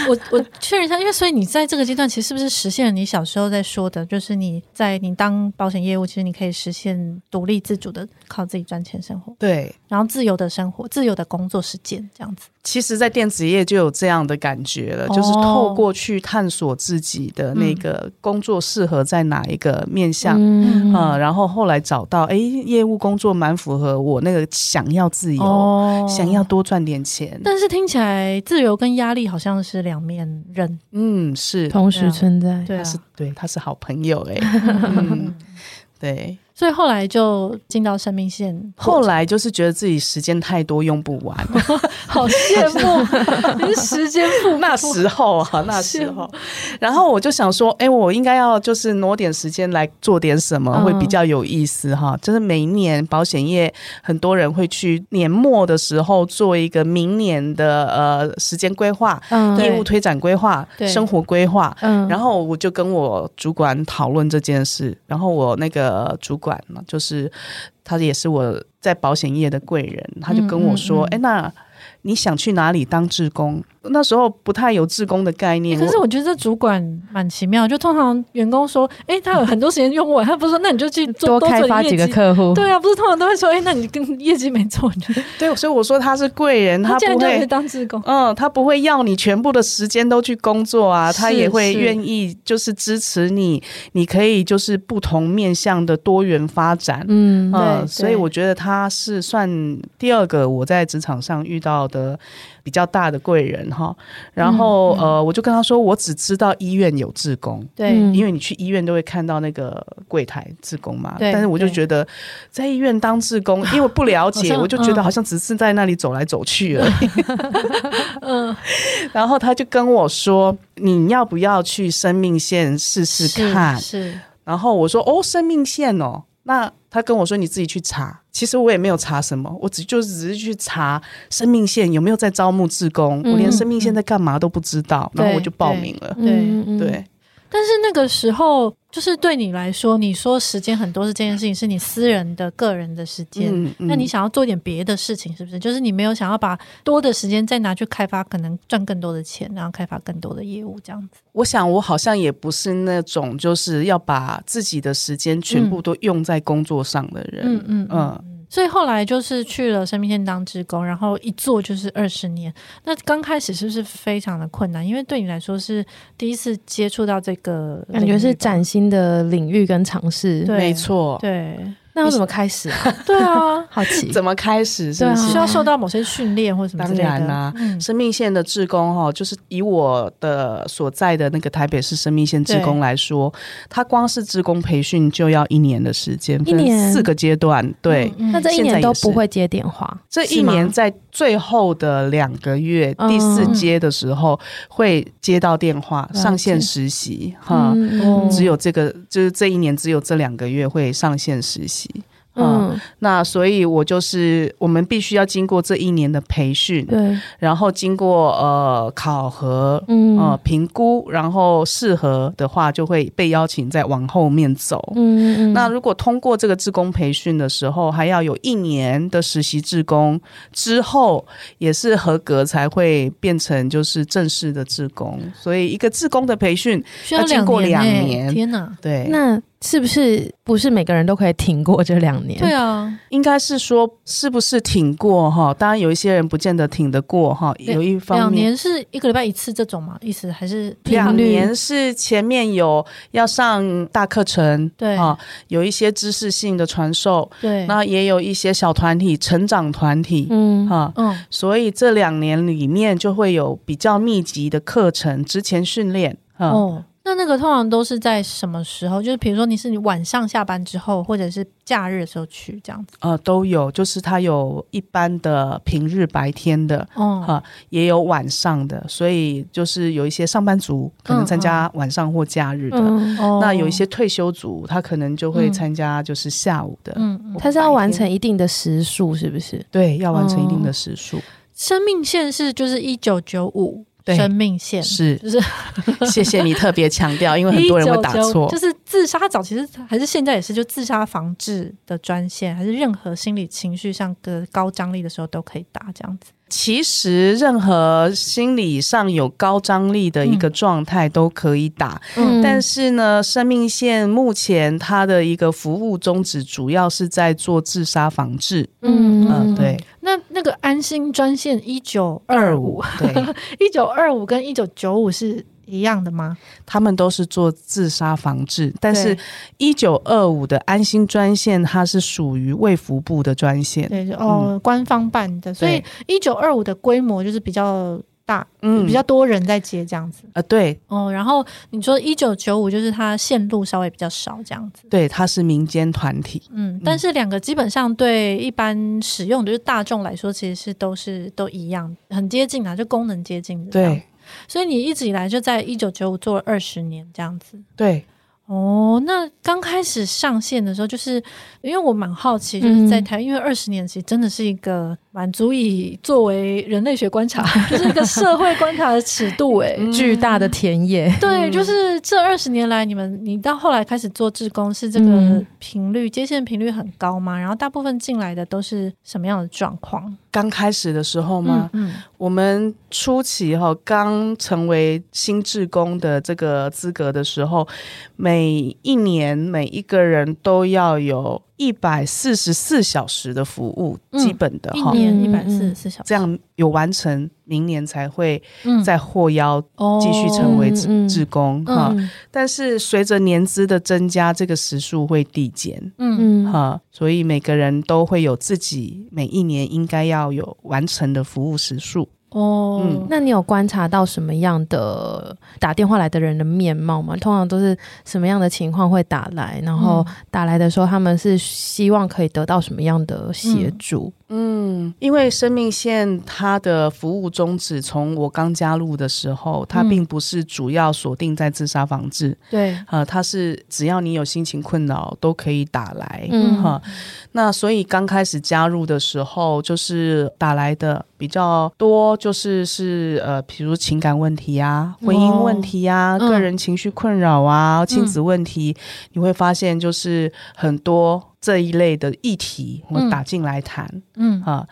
S1: 我我确认一下，因为所以你在这个阶段，其实是不是实现了你小时候在说的，就是你在你当保险业务，其实你可以实现独立自主的，靠自己赚钱生活，
S3: 对，
S1: 然后自由的生活，自由的工作实践这样子。
S3: 其实，在电子业就有这样的感觉了，就是
S1: 哦
S3: 透过去探索自己的那个工作适合在哪一个面向。
S2: 嗯
S1: 嗯
S3: 嗯，然后后来找到，哎，业务工作蛮符合我那个想要自由，
S1: 哦
S3: 想要。多赚点钱。
S1: 但是听起来自由跟压力好像是两面刃，
S3: 嗯，是，
S2: 同时存在，
S1: 对啊
S3: 他，是对，他是好朋友哎、
S1: 嗯
S3: 对，
S1: 所以后来就进到生命线，
S3: 后来就是觉得自己时间太多用不完，
S1: 好羡 慕，你是时间富
S3: 那时候啊，那时候，然后我就想说，哎、我应该要就是挪点时间来做点什么，
S1: 嗯
S3: 会比较有意思哈。就是每一年保险业很多人会去年末的时候做一个明年的呃时间规划、
S2: 嗯
S1: 对
S3: 业务推展规划、
S1: 对
S3: 生活规划。
S2: 嗯
S3: 然后我就跟我主管讨论这件事，然后我那个主管呢，就是他也是我在保险业的贵人，他就跟我
S1: 嗯
S3: 说：“哎、那你想去哪里当志工？”那时候不太有志工的概念，
S1: 哎可是我觉得这主管蛮奇妙，就通常员工说，哎、他有很多时间用我，他不是说那你就去做
S2: 多开发
S1: 做
S2: 几个。
S1: 你业绩
S2: 客户，
S1: 对啊，不是通常都会说，哎、那你跟业绩没做，你就
S3: 对，所以我说他是贵人，嗯他
S1: 竟然
S3: 不
S1: 就可以
S3: 会。
S1: 当职工。
S3: 嗯，他不会要你全部的时间都去工作啊，
S1: 是
S3: 他也会
S1: 是
S3: 愿意就是支持你，你可以就是不同面向的多元发展。
S2: 嗯
S1: 对
S3: 嗯，所以
S1: 对
S3: 我觉得他是算第二个我在职场上遇到的比较大的贵人哈。然
S1: 嗯
S3: 后、呃，我就跟他说，我只知道医院有志工，
S1: 对，
S2: 嗯
S3: 因为你去医院都会看到那个柜台志工嘛。
S1: 对
S3: 但是我就
S1: 对
S3: 觉得在医院当志工，因为我不了
S1: 好
S3: 解，
S1: 像
S3: 我就觉
S1: 嗯
S3: 得好像只是在那里走来走去而已。
S1: 嗯，
S3: 然后他就跟我说，你要不要去生命线 试试看？
S1: 是
S3: 然后我说哦，生命线哦，那他跟我说你自己去查。其实我也没有查什么，我只就只是去查生命线有没有在招募志工，
S2: 嗯
S3: 我连生命线在干嘛都不知道，然后我就报名了。
S1: 对
S2: 嗯，嗯
S3: 对，
S1: 但是那个时候，就是对你来说，你说时间很多是这件事情，是你私人的、个人的时间。
S3: 嗯，嗯
S1: 那你想要做点别的事情，是不是？就是你没有想要把多的时间再拿去开发，可能赚更多的钱，然后开发更多的业务这样子。
S3: 我想我好像也不是那种就是要把自己的时间全部都用在工作上的人。
S1: 嗯嗯嗯
S3: 嗯
S1: 所以后来就是去了生命线当职工，然后一做就是二十年。那刚开始是不是非常的困难？因为对你来说是第一次接触到这个，
S2: 感觉是崭。新的领域跟尝试。
S1: 对
S3: 没错。
S1: 对
S2: 那要怎么开始啊？，
S1: 对啊
S2: 好奇，
S3: 怎么开始？是
S2: 对啊
S3: 不
S1: 你
S3: 是？
S1: 需要受到某些训练或什么之类的。
S3: 当然啦
S1: 嗯
S3: 生命线的志工哈、就是以我的所在的那个台北市生命线志工来说，他光是志工培训就要一年的时间，
S2: 一年
S3: 分四个阶段，对。
S1: 嗯嗯
S2: 那这一
S3: 现在
S2: 年
S3: 也
S2: 都
S3: 是
S2: 不会接电话，
S3: 这一
S2: 是吗
S3: 年在最后的两个月，
S2: 嗯
S3: 第四阶的时候会接到电话，
S2: 了解
S3: 上线实习哈，
S2: 嗯
S1: 哦
S3: 只有这个就是这一年只有这两个月会上线实习。嗯，
S2: 嗯，
S3: 那所以我就是我们必须要经过这一年的培训，
S2: 对，
S3: 然后经过呃考核，呃
S2: 嗯
S3: 评估，然后适合的话就会被邀请再往后面走。
S2: 嗯
S3: 那如果通过这个志工培训的时候，还要有一年的实习志工，之后也是合格才会变成就是正式的志工。所以一个志工的培训，
S1: 需要
S3: 要经过
S1: 年欸
S3: 两年
S1: 天哪！
S3: 对，
S2: 那是不是不是每个人都可以挺过这两年？
S1: 对啊，
S3: 应该是说是不是挺过哈？当然有一些人不见得挺得过哈，有一方
S1: 两
S3: 面。
S1: 年是一个礼拜一次这种嘛，意思还是
S3: 两
S2: 频率
S3: 年是前面有要上大课程，
S1: 对
S3: 啊，有一些知识性的传授，
S1: 对，
S3: 那也有一些小团体、成长团体，
S2: 嗯，
S3: 啊。
S1: 嗯
S3: 所以这两年里面就会有比较密集的课程、之前训练，啊，
S1: 哦。那那个通常都是在什么时候？就是比如说你是你晚上下班之后，或者是假日的时候去这样子。
S3: 呃，都有，就是它有一般的平日白天的，
S1: 哦，
S3: 啊也有晚上的，所以就是有一些上班族可能参加晚上或假日的，
S2: 嗯，
S1: 嗯哦
S3: 那有一些退休族他可能就会
S1: 嗯
S3: 参加就是下午的，
S1: 嗯嗯，
S2: 他是要完成一定的时数，是不是？
S3: 对，要完成一定
S2: 哦
S3: 的时数。
S1: 生命线是就是一九九五
S3: 对
S1: 生命线。
S3: 是，
S1: 就是
S3: 谢谢你特别强调，因为很多人会打
S1: 1995
S3: 错
S1: 就。是自杀早期是还是现在也是，就自杀防治的专线，还是任何心理情绪上的高张力的时候都可以打这样子。
S3: 其实任何心理上有高张力的一个状态都可以打，
S1: 嗯
S3: 但是呢，生命线目前它的一个服务宗旨主要是在做自杀防治。
S2: 嗯
S3: 嗯、对，
S1: 那那个安心专线一九
S3: 二
S1: 二
S3: 五
S1: 五，
S3: 对，
S1: 一九二五跟一九九五是一样的吗？
S3: 他们都是做自杀防治，但是
S1: 对
S3: 一九二五的安心专线，它是属于卫福部的专线。
S1: 对，就哦，官方办的，所以一九二五的规模就是比较大，
S3: 嗯
S1: 比较多人在接这样子。
S3: 呃，对
S1: 哦，然后你说一九九五就是它线路稍微比较少这样子，
S3: 对，它是民间团体，
S1: 嗯，但是两个基本上对一般使用就是大众来说，其实是都是都一样，很接近啊，就功能接近的。
S3: 对，
S1: 所以你一直以来就在一九九五做了二十年这样子。
S3: 对，
S1: 哦，那刚开始上线的时候，就是因为我蛮好奇，就
S2: 嗯
S1: 是在台，因为二十年其实真的是一个蛮足以作为人类学观察，就是一个社会观察的尺度、欸，
S2: 巨大的田野，
S1: 对，就是这二十年来，你们你到后来开始做志工，是这个
S2: 嗯
S1: 频率、接线频率很高吗？然后大部分进来的都是什么样的状况？
S3: 刚开始的时候嘛，
S1: 嗯，
S3: 我们初期哈、刚成为新志工的这个资格的时候，每一年每一个人都要有一百四十四小时的服务，
S1: 嗯
S3: 基本的
S1: 一
S3: 哈、
S1: 年一
S2: 嗯
S1: 百四十四小时，
S3: 这样有完成，明年才会
S1: 嗯
S3: 再获邀
S1: 哦
S3: 继续成为
S2: 嗯
S3: 志、
S2: 嗯
S3: 志工哈、
S2: 嗯
S3: 但是随着年资的增加，这个时数会递减。
S1: 嗯
S2: 嗯
S3: 哈，所以每个人都会有自己每一年应该要有完成的服务时数。
S1: 哦，
S3: 嗯
S2: 那你有观察到什么样的打电话来的人的面貌吗？通常都是什么样的情况会打来？然后
S1: 嗯
S2: 打来的时候，他们是希望可以得到什么样的协助？
S3: 嗯，因为生命线它的服务宗旨，从我刚加入的时候，它
S1: 嗯
S3: 并不是主要锁定在自杀防治，
S1: 对，
S3: 呃，它是只要你有心情困扰都可以打来。
S2: 嗯
S3: 哈，那所以刚开始加入的时候，就是打来的比较多，就是是呃，比如情感问题啊、婚姻问题啊、
S1: 哦嗯
S3: 个人情绪困扰啊、亲子问题，你会发现就是很多这一类的议题
S1: 嗯
S3: 我打进来谈
S1: 嗯
S3: 啊、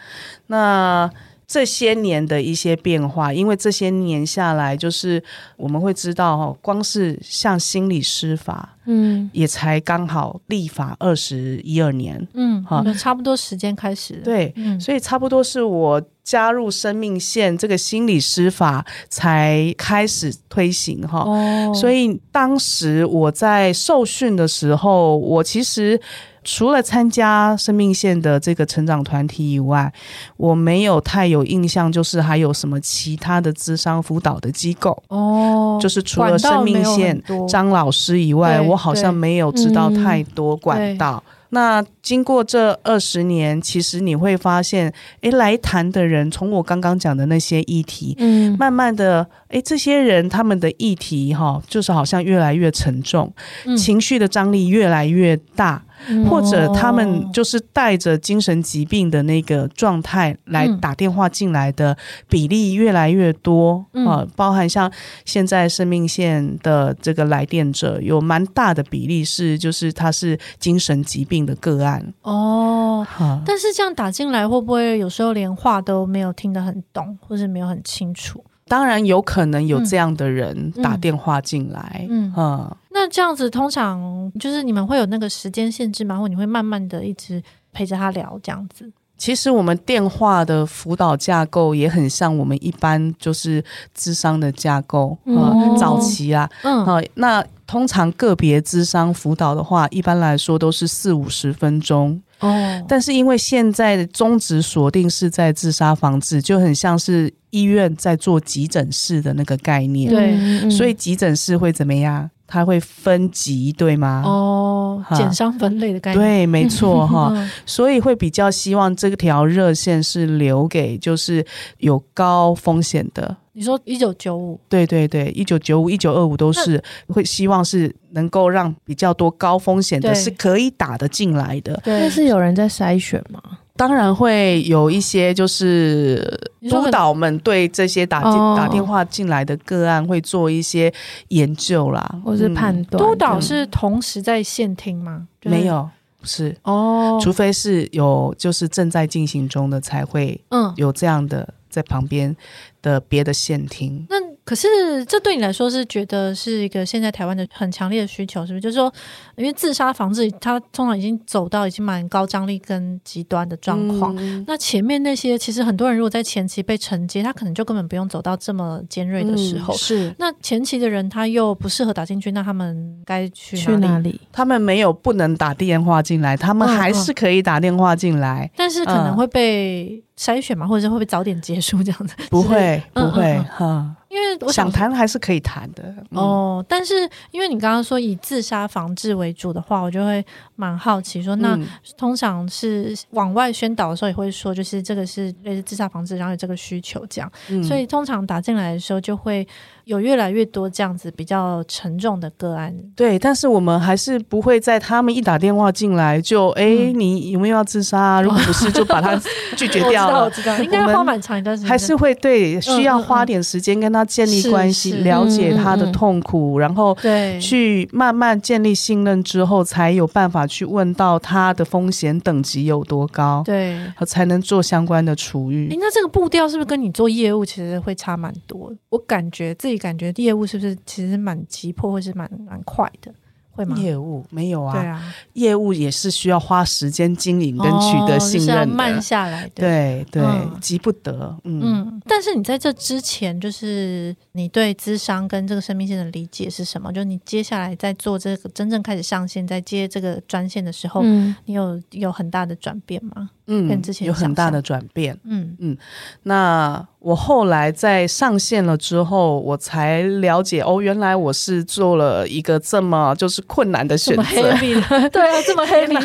S3: 那。这些年的一些变化，因为这些年下来，就是我们会知道哦，光是像心理师法
S2: 嗯
S3: 也才刚好立法二十一二年，
S1: 嗯，
S3: 好
S1: 你们差不多时间开始的，，
S3: 对，
S1: 嗯，
S3: 所以差不多是我加入生命线这个心理师法才开始推行哈。
S1: 哦，
S3: 所以当时我在受训的时候，我其实除了参加生命线的这个成长团体以外，我没有太有印象，就是还有什么其他的智商辅导的机构，
S1: 哦，
S3: 就是除了生命线
S1: 张
S3: 张老师以外，
S1: 对
S3: 我好像没有知道太多管道。
S1: 嗯
S3: 那经过这二十年，其实你会发现，诶，来谈的人，从我刚刚讲的那些议题，
S2: 嗯
S3: 慢慢的，诶，这些人他们的议题哈、就是好像越来越沉重，
S1: 嗯
S3: 情绪的张力越来越大，
S2: 嗯
S3: 或者他
S1: 哦
S3: 们就是带着精神疾病的那个状态来
S1: 嗯
S3: 打电话进来的比例越来越多啊、
S1: 嗯
S3: 包含像现在生命线的这个来电者，有蛮大的比例是就是他是精神疾病的个案
S1: 哦。
S3: 哈。
S1: 但是这样打进来，会不会有时候连话都没有听得很懂，或是没有很清楚？
S3: 当然有可能有
S1: 嗯
S3: 这样的人
S1: 嗯
S3: 打电话进来，
S1: 嗯
S3: 嗯
S1: 那这样子，通常就是你们会有那个时间限制吗？或你会慢慢的一直陪着他聊这样子？
S3: 其实我们电话的辅导架构也很像我们一般就是智商的架构啊、
S2: 嗯
S3: 早期啊，
S1: 嗯，
S3: 啊、那通常个别智商辅导的话，一般来说都是四五十分钟，
S1: 哦，
S3: 但是因为现在的宗旨锁定是在自杀防治，就很像是医院在做急诊室的那个概念，
S1: 对
S2: 嗯
S3: 所以急诊室会怎么样？它会分级，对吗？
S1: 哦，
S3: 哈
S1: 减伤分类的概念，
S3: 对，没错哈。
S1: 嗯，
S3: 所以会比较希望这条热线是留给就是有高风险的。
S1: 你说一九九五，
S3: 对对对，一九九五、一九二五都是会希望是能够让比较多高风险的
S1: 对
S3: 是可以打得进来的。
S1: 对
S2: 那，是有人在筛选吗？
S3: 当然会有一些就是
S1: 你说
S3: 督
S1: 很
S3: 导们对这些打进
S2: 哦
S3: 打电话进来的个案会做一些研究啦，
S2: 或是
S3: 嗯
S2: 判断？
S1: 督导是同时在线听吗？就是
S3: 没有，不是，
S1: 哦，
S3: 除非是有就是正在进行中的才会
S1: 嗯，
S3: 有这样的在旁边的别的线听。
S1: 那可是这对你来说是觉得是一个现在台湾的很强烈的需求，是不是？就是说，因为自杀防治它通常已经走到已经蛮高张力跟极端的状
S3: 嗯
S1: 况。那前面那些其实很多人如果在前期被承接，他可能就根本不用走到这么尖锐的时候。
S3: 是
S1: 那前期的人他又不适合打进去，那他们该去
S2: 去
S1: 哪
S2: 哪
S1: 里？
S2: 里？
S3: 他们没有不能打电话进来，他们
S1: 嗯
S3: 还是可以打电话 进来，
S1: 但是可能
S3: 嗯
S1: 会被筛选嘛，或者是会不会早点结束这样子？
S3: 不会
S1: 嗯
S3: 不会
S1: 嗯
S3: 哈、
S1: 因为我
S3: 想
S1: 说
S3: 谈还是可以谈的。嗯，
S1: 哦，但是因为你刚刚说以自杀防治为主的话，我就会蛮好奇说，那
S3: 嗯
S1: 通常是往外宣导的时候也会说，就是这个是类似自杀防治，然后有这个需求这样，
S3: 嗯
S1: 所以通常打进来的时候就会有越来越多这样子比较沉重的个案。
S3: 对，但是我们还是不会在他们一打电话进来就，
S1: 嗯
S3: 哎、你有没有要自杀、 啊？如果不是，就把他拒绝掉了。
S1: 知道，应该
S3: 我们
S1: 花蛮长一段时间，
S3: 还是会对需要花点时间跟他建立关系，
S1: 是是
S3: 了解他
S2: 嗯嗯
S3: 的
S2: 嗯
S3: 痛苦，然后
S1: 对
S3: 去慢慢建立信任之后，才有办法去问到他的风险等级有多高，
S1: 对。哎
S3: 和才能做相关的处
S1: 诶，
S3: 遇。
S1: 那这个步调是不是跟你做业务其实会差蛮多？我感觉自己感觉业务是不是其实蛮急迫，或是蛮蛮快的，会吗？
S3: 业务没有
S1: 对
S3: 啊，
S1: 啊，
S3: 业务也是需要花时间经营跟取得
S1: 哦就
S3: 信
S1: 是要
S3: 任的。
S1: 慢下来的。，
S3: 对对
S1: 嗯，
S3: 急不得。嗯，
S1: 嗯。但是你在这之前，就是你对智商跟这个生命线的理解是什么？就是你接下来在做这个真正开始上线，在接这个专线的时候，
S2: 嗯，
S1: 你有有很大的转变吗？跟
S3: 嗯
S1: 之前
S3: 有很
S1: 想
S3: 大
S1: 象
S3: 的转变。
S1: 嗯
S3: 那我后来在上线了之后，我才了解哦，原来我是做了一个这么就是困难的选
S1: 这么黑
S3: 择。
S1: 米的，对啊，这么黑 米，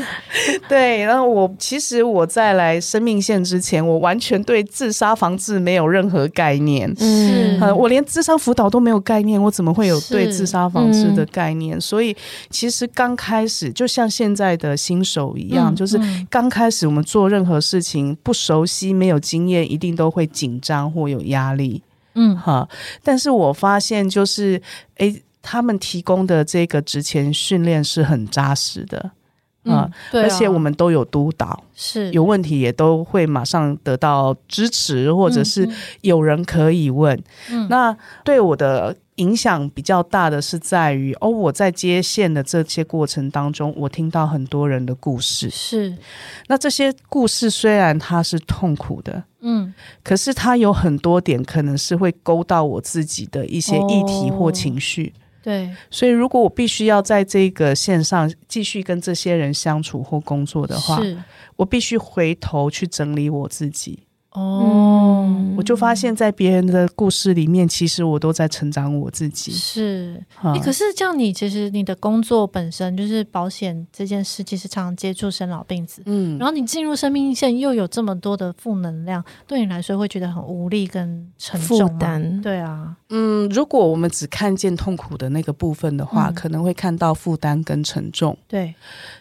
S3: 对，然后我其实我在来生命线之前，我完全对自杀防治没有任何概念。
S2: 嗯
S1: 是
S3: 呃，我连自杀辅导都没有概念，我怎么会有
S1: 嗯是嗯
S3: 对自杀防治的概念？所以其实刚开始，就像现在的新手一样，
S1: 嗯
S3: 就是
S1: 嗯
S3: 刚开始我们做任何事情不熟悉、没有经验，一定都会紧张或有压力。
S1: 嗯
S3: 哈，但是我发现就是，诶，他们提供的这个职前训练是很扎实的，啊
S1: 嗯，对啊，嗯
S3: 而且我们都有督导，
S1: 是
S3: 有问题也都会马上得到支持，或者是
S1: 嗯
S3: 有人可以问。
S1: 嗯
S3: 那对我的影响比较大的是在于，哦，我在接线的这些过程当中，我听到很多人的故事。
S1: 是
S3: 那这些故事虽然它是痛苦的，
S1: 嗯
S3: 可是它有很多点可能是会勾到我自己的一些议题
S1: 哦
S3: 或情绪，
S1: 对
S3: 所以如果我必须要在这个线上继续跟这些人相处或工作的话，
S1: 是
S3: 我必须回头去整理我自己。
S1: 哦。
S3: 我就发现，在别人的故事里面，其实我都在成长我自己。
S1: 是，
S3: 哈
S1: 欸可是这样你其实你的工作本身就是保险这件事，其实常常接触生老病死，
S3: 嗯
S1: 然，后你进入生命线又有这么多的负能量，对你来说会觉得很无力跟沉
S2: 负
S1: 重吗。
S2: 担，
S1: 对啊，
S3: 嗯，如果我们只看见痛苦的那个部分的话，
S1: 嗯
S3: 可能会看到负担跟沉重。
S1: 对，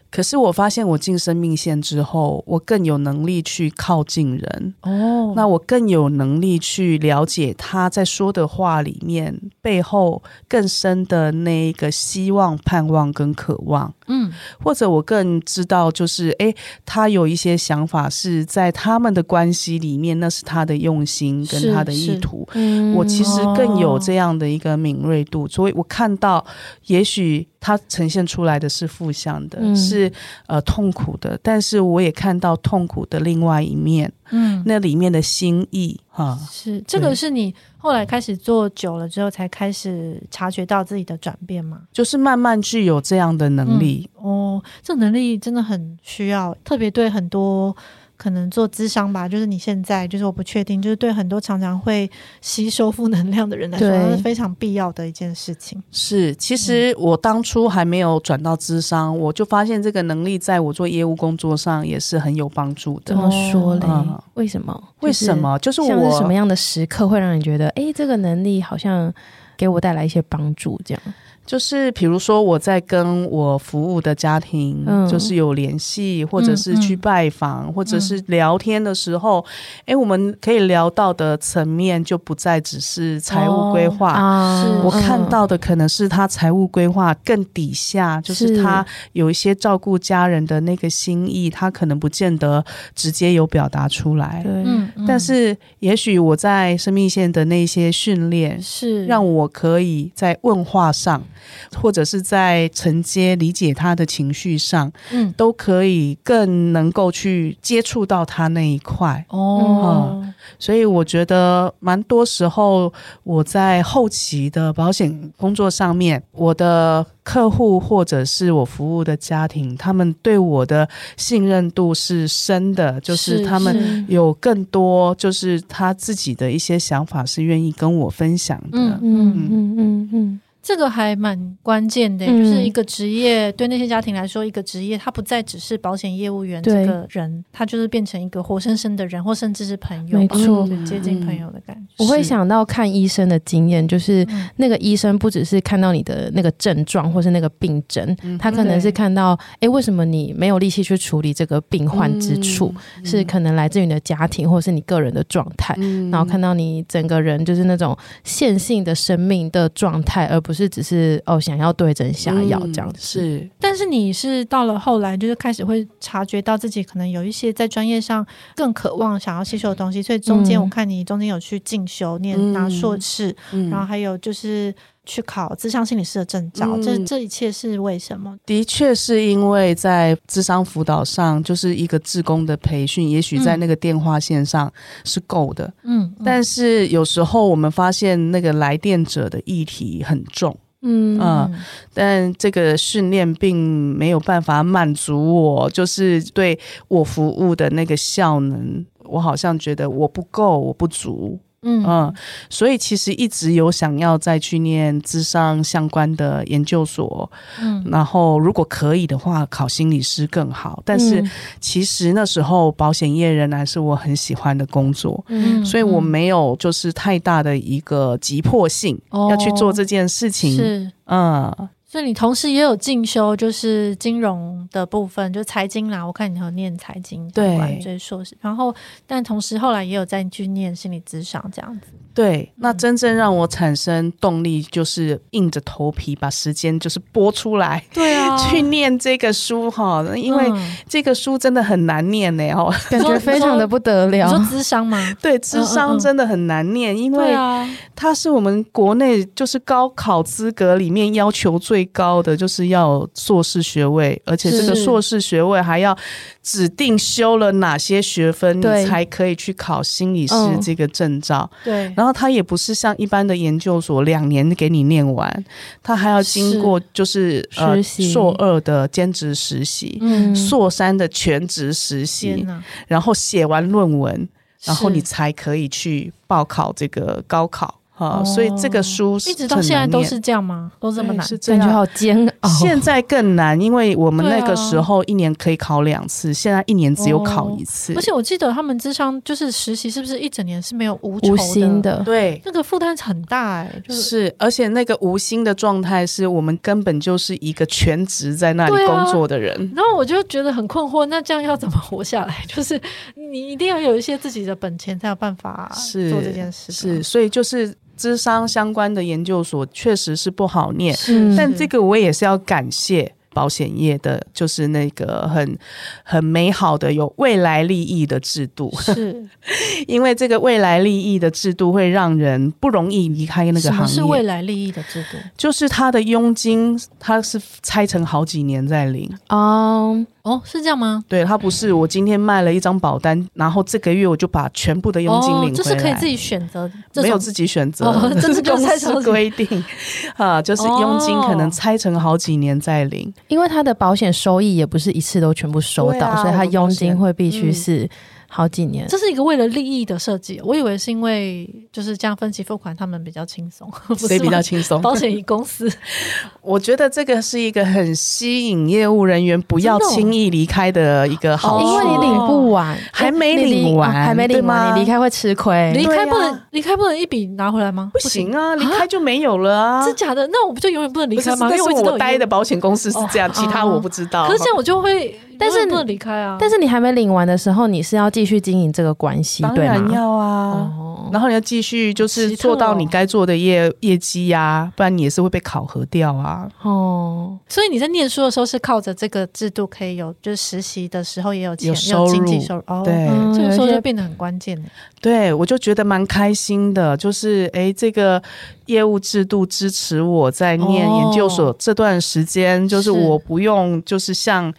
S3: 可是我发现，我进生命线之后，我更有能力去靠近人，
S1: 哦
S3: 那我更有能力去了解他在说的话里面背后更深的那一个希望、盼望跟渴望，
S1: 嗯
S3: 或者我更知道，就是诶，他有一些想法是在他们的关系里面，那是他的用心
S1: 是
S3: 跟他的意
S1: 是
S3: 图。
S2: 嗯
S3: 我其实更有
S1: 哦
S3: 这样的一个敏锐度，所以我看到，也许它呈现出来的是负向的，
S2: 嗯
S3: 是呃痛苦的，但是我也看到痛苦的另外一面，
S1: 嗯，
S3: 那里面的心意哈。
S1: 是这个
S3: 对
S1: 是你后来开始做久了之后才开始察觉到自己的转变吗？
S3: 就是慢慢具有这样的能力，
S1: 哦，这能力真的很需要，特别对很多可能做咨商吧，就是你现在就是我不确定，就是对很多常常会吸收负能量的人来说，
S2: 对
S1: 它是非常必要的一件事情。
S3: 是。其实
S2: 嗯
S3: 我当初还没有转到智商，我就发现这个能力在我做业务工作上也是很有帮助
S2: 怎
S3: 的。
S2: 么说嘞
S3: 嗯？
S2: 为什么？
S3: 为什？么？就是
S2: 哦像是
S3: 我
S2: 什么样的时刻会让你觉得，哎，这个能力好像给我带来一些帮助？这样，
S3: 就是比如说我在跟我服务的家庭，
S2: 嗯
S3: 就是有联系，或者是去拜访，或者
S2: 嗯
S3: 是聊天的时候，哎、我们可以聊到的层面就不再只是财务规划。
S2: 啊
S1: 是
S3: 我看到的可能是他财务规划更底下，就是
S2: 是
S3: 他有一些照顾家人的那个心意，他可能不见得直接有表达出来。
S2: 对，
S1: 嗯，
S3: 但是也许我在生命线的那些训练，
S1: 是
S3: 让我可以在问话上，或者是在承接理解他的情绪上，
S1: 嗯
S3: 都可以更能够去接触到他那一块。
S2: 嗯
S1: 哦，
S3: 所以我觉得蛮多时候我在后期的保险工作上面，我的客户或者是我服务的家庭，他们对我的信任度是深的，就是他们
S1: 是
S3: 有更多就是他自己的一些想法是愿意跟我分享的。
S1: 嗯
S2: 嗯嗯嗯嗯，
S1: 这个还蛮关键的，
S2: 嗯
S1: 就是一个职业对那些家庭来说，一个职业它不再只是保险业务员这
S2: 对
S1: 个人，他就是变成一个活生生的人，或甚至是朋友吧，
S2: 没错
S1: 对接近
S3: 嗯
S1: 朋友的感觉。
S2: 我会
S3: 是
S2: 想到看医生的经验，就是
S1: 嗯
S2: 那个医生不只是看到你的那个症状或是那个病症，
S3: 嗯
S2: 他可能是
S1: 对
S2: 看到，诶，为什么你没有力气去处理这个病患之处，是可能来自于你的家庭或是你个人的状态。
S3: 嗯
S2: 然后看到你整个人就是那种线性的生命的状态，而不是只是哦想要对症下药这样
S3: 嗯
S2: 子。
S3: 是
S1: 但是你是到了后来，就是开始会察觉到自己可能有一些在专业上更渴望想要吸收的东西，所以中间
S2: 嗯
S1: 我看你中间有去进修，念拿硕士，
S3: 嗯
S1: 然后还有就是去考智商心理师的证照，
S3: 嗯
S1: 这这一切是为什么？
S3: 的确是因为在智商辅导上，就是一个志工的培训，也许在那个电话线上是够的，
S1: 嗯，嗯
S3: 但是有时候我们发现那个来电者的议题很重，
S2: 嗯
S3: 嗯但这个训练并没有办法满足我，就是对我服务的那个效能，我好像觉得我不够，我不足，
S1: 嗯
S3: 嗯，所以其实一直有想要再去念智商相关的研究所，
S1: 嗯
S3: 然后如果可以的话，考心理师更好。但是
S2: 嗯
S3: 其实那时候保险业仍然是我很喜欢的工作，
S1: 嗯
S3: 所以我没有就是太大的一个急迫性、
S1: 哦
S3: 要去做这件事情。
S1: 是。
S3: 嗯，
S1: 所以你同时也有进修，就是金融的部分，就财经啦。我看你有念财经相关，
S3: 对
S1: 就是硕士。然后，但同时后来也有再去念心理咨商这样子。
S3: 对。那真正让我产生动力，就是硬着头皮把时间就是拨出来。
S1: 对啊
S3: 去念这个书哈，因为
S1: 嗯
S3: 这个书真的很难念呢哦。
S2: 感觉非常的不得
S1: 你
S2: 了
S1: 说。咨商吗？
S3: 对，智
S1: 嗯
S3: 商真的很难念，因为
S1: 啊，
S3: 它是我们国内就是高考资格里面要求最高的，就是要有硕士学位，而且这个
S1: 是
S3: 硕士学位还要指定修了哪些学分，你
S2: 对
S3: 才可以去考心理师
S2: 嗯
S3: 这个证照。
S1: 对，
S3: 然后它也不是像一般的研究所两年给你念完，它还要经过就是呃
S2: 实习
S3: 硕二的兼职实习。
S1: 嗯，
S3: 硕三的全职实
S1: 天
S3: 习，
S1: 哪，
S3: 然后写完论文，然后你
S1: 是
S3: 才可以去报考这个高考哈、
S1: 哦
S3: 所以这个书是
S1: 一直到现在
S3: 很难
S1: 都
S3: 念
S1: 是这样吗？都这么
S3: 对
S1: 难？
S3: 是这
S2: 感觉
S3: 样。
S2: 好煎熬，
S3: 现在更难，因为我们
S1: 对啊
S3: 那个时候一年可以考两次，现在一年只有考一次。
S1: 而且我记得他们智商就是实习，是不是一整年是没有无酬
S2: 无心
S1: 的？
S2: 的，
S3: 对，
S1: 那个负担很大哎，就是
S3: 是，而且那个无心的状态是我们根本就是一个全职在那
S1: 对
S3: 里
S1: 啊
S3: 工作的人。
S1: 然后我就觉得很困惑，那这样要怎么活下来？ 就是你一定要有一些自己的本钱，才有办法
S3: 是
S1: 做这件事吧。
S3: 是，所以就是智商相关的研究所确实是不好念，
S1: 是，
S3: 但这个我也是要感谢保险业的，就是那个很很美好的有未来利益的制度，
S1: 是
S3: 因为这个未来利益的制度会让人不容易离开那个
S1: 什么是
S3: 行
S1: 未
S3: 业，
S1: 来利益的制度？
S3: 就是他的佣金他是拆成好几年在领，
S2: 哦，
S1: 哦，是这样吗？
S3: 对他不是我今天卖了一张保单，然后这个月我就把全部的佣金领回
S1: 哦
S3: 来，，
S1: 这是可以自己选择，这
S3: 没有
S1: 种
S3: 自己选择，
S1: 哦这
S3: 这
S1: 是
S3: 是
S1: 就
S3: 公
S1: 拆成
S3: 司规定 啊，就是佣金可能
S1: 哦
S3: 拆成好几年再领。
S2: 因为他的保险收益也不是一次都全部收
S3: 对
S2: 到，
S3: 啊
S2: 所以他佣金会必
S3: 我的嗯
S2: 须
S3: 保险
S2: 是好几年。
S1: 这是一个为了利益的设计，我以为是因为就是这样分期付款，他们比较轻松， 不是
S3: 所以比
S1: 吗
S3: 较轻松。
S1: 保险公 司
S3: 我觉得这个是一个很吸引业务人员不要
S1: 真的哦
S3: 轻易离开的一个好
S1: 哦
S3: 处，
S2: 因为你领不完，
S3: 哦还没
S2: 你
S3: 领完
S2: 啊还没
S3: 对
S2: 领
S3: 吗
S2: 完，你离开会吃亏。
S1: 离开
S3: 对啊
S1: 不能离开不能一笔拿回来吗？
S3: 不行啊，离开就没有了啊。
S1: 是假的，那我不就永远不能离
S3: 不是
S1: 开吗？
S3: 但
S1: 因
S3: 是
S1: 为一直都有
S3: 我待
S1: 业
S3: 的保险公司是这样，其他我不知道。
S1: 可是这样我就会，
S2: 但是
S1: 永远不能离开啊。
S2: 但是你还没领完的时候，你是要继续经营这个关系，
S3: 当
S2: 对
S3: 然
S2: 吗？
S3: 要啊。
S2: 哦，
S3: 然后你要继续就是
S1: 奇特哦
S3: 做到你该做的业业绩呀、不然你也是会被考核掉啊。
S2: 哦，
S1: 所以你在念书的时候是靠着这个制度可以有，就是实习的时候也有钱，
S3: 有
S1: 也
S3: 收
S1: 有经济
S3: 入
S1: 收入。哦，
S3: 对、
S2: 嗯
S1: 这个时候
S2: 有一
S1: 就
S2: 些
S1: 变得很关键了。
S3: 对，我就觉得蛮开心的，就是诶，这个业务制度支持我在念
S1: 哦
S3: 研究所这段时间，就是
S1: 是
S3: 我不用就是像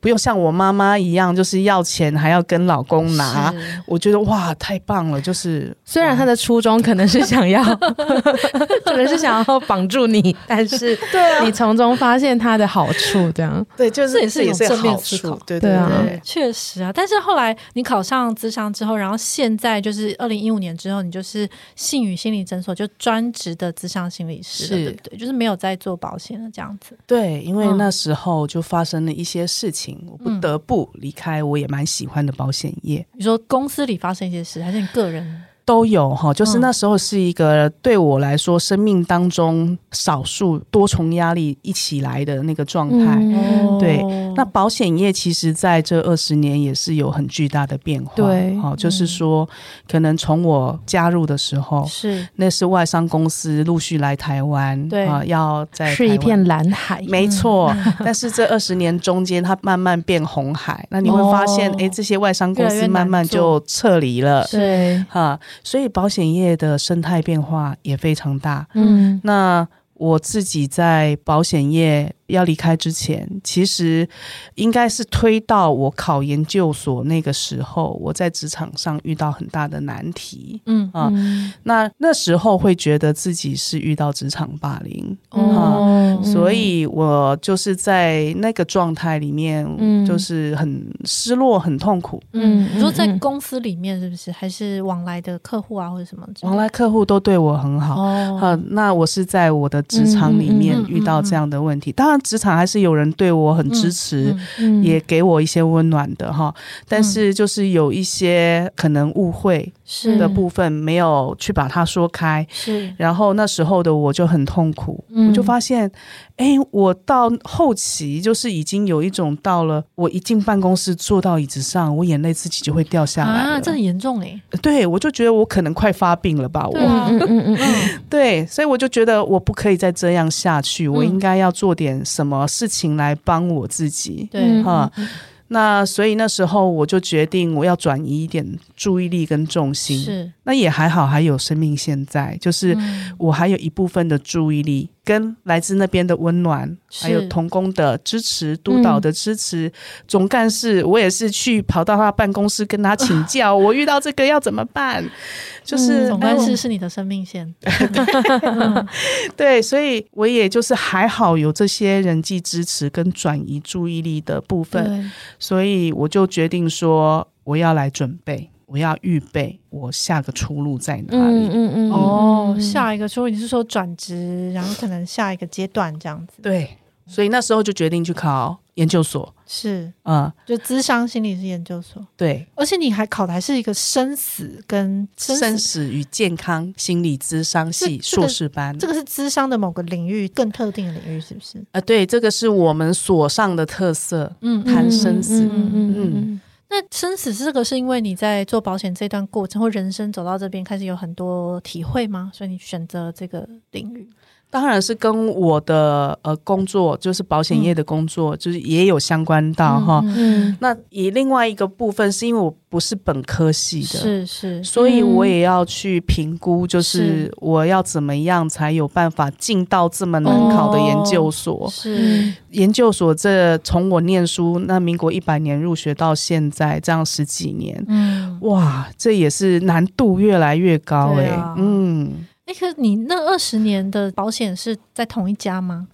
S3: 不用像我妈妈一样，就是要钱还要跟老公拿。
S1: 是
S3: 我觉得哇，太棒了！就是
S2: 虽然他的初衷可能是想 要，可能是想要绑住你，但是
S3: 对啊
S2: 你从中发现他的好处，这样
S3: 对，就是
S1: 这也是一
S3: 也
S1: 种
S3: 是
S1: 正面
S3: 好
S1: 思
S3: 处
S1: 考
S3: 对
S2: 对啊
S1: 对，确实啊。但是后来你考上资商之后，然后现在就是二零一五年之后，你就是信宇心理诊所就专职的资商心理师了，
S3: 是
S1: 对不对？就是没有在做保险了这样子。
S3: 对，因为
S1: 嗯
S3: 那时候就发生了一些事情，我不得不离开我也蛮喜欢的保险业，
S1: 你说公司里发生一些事，还是你个人？
S3: 都有哈。就是
S1: 嗯
S3: 那时候是一个对我来说生命当中少数多重压力一起来的那个状态。
S1: 哦
S2: 嗯
S3: 对那保险业其实在这二十年也是有很巨大的变化，
S2: 对
S3: 好、就是
S1: 嗯
S3: 说，可能从我加入的时候，
S1: 是
S3: 那是外商公司陆续来台湾，
S1: 对
S3: 啊、要在
S2: 是一
S3: 台湾
S2: 片蓝海，
S1: 嗯
S3: 没 错，但是这二十年中间，它慢慢变红海，那你会发现，
S1: 哦
S3: 哎、这些外商公
S1: 越来越
S3: 司
S1: 难
S3: 慢慢就撤离了，
S1: 做
S2: 对，
S3: 哈，所以保险业的生态变化也非常大。
S2: 嗯，
S3: 那我自己在保险业要离开之前，其实应该是推到我考研究所那个时候，我在职场上遇到很大的难题。
S1: 嗯
S3: 啊
S2: 嗯
S3: 那那时候会觉得自己是遇到职场霸凌，
S2: 哦
S1: 嗯
S3: 所以我就是在那个状态里面，
S2: 嗯
S3: 就是很失落、很痛苦。
S1: 嗯
S2: 嗯，
S1: 你说在
S2: 嗯嗯
S1: 公司里面是不是？还是往来的客户啊，或者什么之类的？
S3: 往来客户都对我很好。
S1: 哦，
S3: 好、呃那我是在我的职场里面
S1: 嗯嗯嗯嗯
S3: 遇到这样的问题。当然，职场还是有人对我很支持，
S1: 嗯
S2: 嗯
S3: 也给我一些温暖的哈。但是，就是有一些可能误会
S1: 是
S3: 的
S2: 嗯
S3: 部分，没有去把它说开。
S1: 是
S3: 然后那时候的我就很痛苦，
S2: 嗯
S3: 我就发现，哎，我到后期就是已经有一种到了，我一进办公室坐到椅子上，我眼泪自己就会掉下来了。
S1: 啊，这很严重哎。
S3: 对我就觉得我可能快发病了吧，我
S1: 对啊
S2: 嗯嗯嗯
S1: 嗯，
S3: 对所以我就觉得我不可以再这样下去，我
S1: 嗯
S3: 应该要做点什么事情来帮我自己。
S1: 对
S2: 嗯，
S3: 哈那所以那时候我就决定我要转移一点注意力跟重心。
S1: 是
S3: 那也还好，还有生命现在，就是
S1: 嗯
S3: 我还有一部分的注意力跟来自那边的温暖，
S1: 是嗯
S3: 还有童工的支持、督导的支持，总干事我也是去跑到他办公室跟他请 教，我遇到这个要怎么办，就是、
S2: 嗯
S1: 总干
S3: 哎
S1: 事是你的生命线。
S3: 我对，所以我也就是还好有这些人际支持跟转移注意力的部分，
S1: 对，
S3: 所以我就决定说我要来准备，我要预备我下个出路在哪里。
S2: 嗯嗯嗯，
S1: 哦，
S2: 嗯，
S1: 下一个说你是说转职，然后可能下一个阶段这样子。
S3: 对，所以那时候就决定去考研究所，
S1: 是，
S3: 啊、
S1: 就资商心理师研究所，
S3: 对，
S1: 而且你还考的还是一个生死跟生
S3: 生
S1: 死，
S3: 死与健康心理咨商系
S1: 这这个
S3: 硕士班。
S1: 这个是资商的某个领域更特定的领域，是不是？
S3: 啊，对，这个是我们所上的特色。
S1: 嗯
S3: 嗯谈生死
S2: 嗯嗯嗯嗯
S1: 那生死这个是因为你在做保险这段过程或人生走到这边开始有很多体会吗？所以你选择这个领域？
S3: 当然是跟我的呃工作，就是保险业的工作，就是也有相关到哈。
S1: 嗯，
S2: 嗯，
S3: 那以另外一个部分，是因为我不是本科系的，
S1: 是是，
S3: 所以我也要去评估，就是
S1: 是
S3: 我要怎么样才有办法进到这么难考的研究
S1: 哦
S3: 所。
S2: 嗯
S1: 是
S3: 研究所这从我念书那民国一百年入学到现在，这样十几年，
S1: 嗯。
S3: 哇，这也是难度越来越高哎、
S1: 对啊
S3: 嗯，
S1: 哎、可是你那二十年的保险是在同一家吗？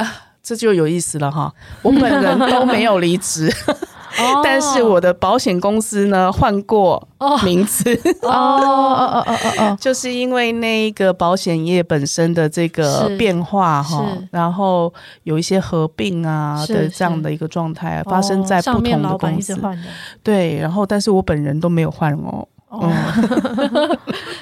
S3: 这就有意思了哈。我本人都没有离职，
S1: 哦
S3: 但是我的保险公司呢换过
S1: 哦
S3: 名字，
S2: 哦哦哦哦哦哦，
S3: 就是因为那一个保险业本身的这个
S1: 是
S3: 变化哈
S1: 是，
S3: 然后有一些合并啊
S1: 是
S3: 的这样
S1: 是哦
S3: 的一个状态啊发生在
S1: 上
S3: 不
S1: 面
S3: 同
S1: 老
S3: 的
S1: 板
S3: 公
S1: 一直
S3: 司，
S1: 换的。
S3: 对，然后但是我本人都没有换哦，
S1: 哦，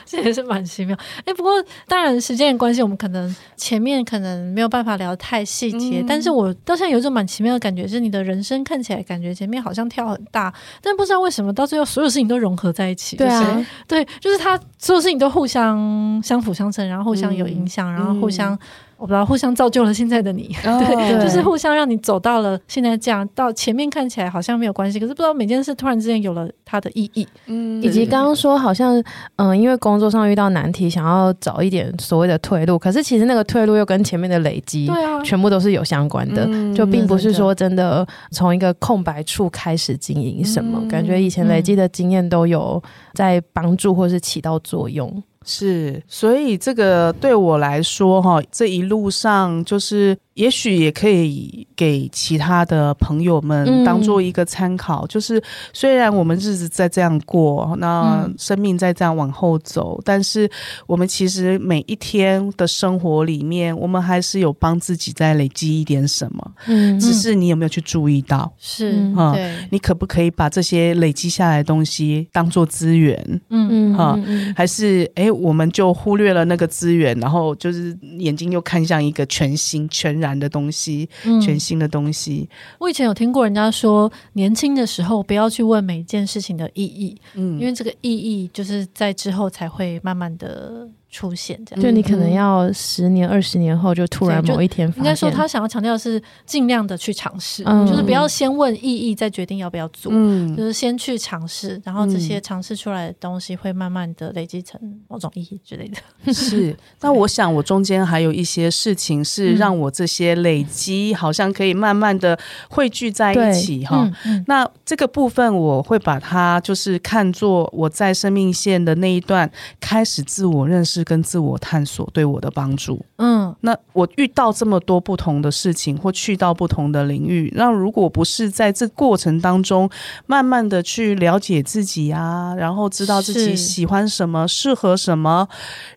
S1: 这也是蛮奇妙。哎，不过当然时间的关系，我们可能前面可能没有办法聊太细节，
S3: 嗯
S1: 但是我到现在有一种蛮奇妙的感觉，是你的人生看起来感觉前面好像跳很大，但不知道为什么到最后所有事情都融合在一起。
S2: 对
S1: 就是
S2: 啊，
S1: 对，就是它所有事情都互相相辅相成，然后互相有影响，然后互相、我不知道互相造就了现在的你。
S3: 哦对
S1: 就是互相让你走到了现在这样，到前面看起来好像没有关系，可是不知道每件事突然之间有了它的意义。
S3: 嗯
S2: 以及刚刚说好像，嗯、因为工作上遇到难题，想要找一点所谓的退路，可是其实那个退路又跟前面的累积
S1: 对啊，
S2: 全部都是有相关的，
S3: 嗯
S2: 就并不是说真的从一个空白处开始经营什么，
S3: 嗯
S2: 感觉以前累积的经验都有在帮助或是起到作用。
S3: 是，所以这个对我来说，哈，这一路上就是，也许也可以给其他的朋友
S2: 嗯
S3: 们当做一个参考。就是虽然我们日子在这样过，那
S1: 嗯
S3: 生命在这样往后走，但是我们其实每一天的生活里面，我们还是有帮自己在累积一点什么，
S2: 嗯
S3: 只是你有没有去注意到？
S1: 是，
S2: 嗯
S3: 啊
S2: 对，
S3: 你可不可以把这些累积下来的东西当做资源？
S1: 嗯
S2: 嗯
S3: 啊
S2: 嗯嗯
S3: 还是哎、诶我们就忽略了那个资源，然后就是眼睛又看向一个全新、全然的东西，
S1: 嗯
S3: 全新的东西。
S1: 我以前有听过人家说，年轻的时候不要去问每一件事情的意义，
S3: 嗯，
S1: 因为这个意义就是在之后才会慢慢的出现。这样，
S2: 就你可
S3: 嗯
S2: 能要十年、二十年后，就突然
S1: 对就
S2: 某一天发
S1: 应
S2: 现，
S1: 该说他想要强调的是尽量的去尝试，
S2: 嗯
S1: 就是不要先问意义再决定要不要做。就
S3: 嗯，
S1: 是先去尝试，然后这些尝试出来的东西会慢慢的累积成某种意义之类的。
S3: 是。那我想，我中间还有一些事情
S1: 嗯
S3: 是让我这些累积，好像可以慢慢的汇聚在一起哈。
S1: 嗯嗯
S3: 那这个部分我会把它就是看作我在生命线的那一段开始自我认识跟自我探索对我的帮助。
S1: 嗯
S3: 那我遇到这么多不同的事情，或去到不同的领域，那如果不是在这过程当中，慢慢的去了解自己啊，然后知道自己
S1: 是
S3: 喜欢什么、适合什么，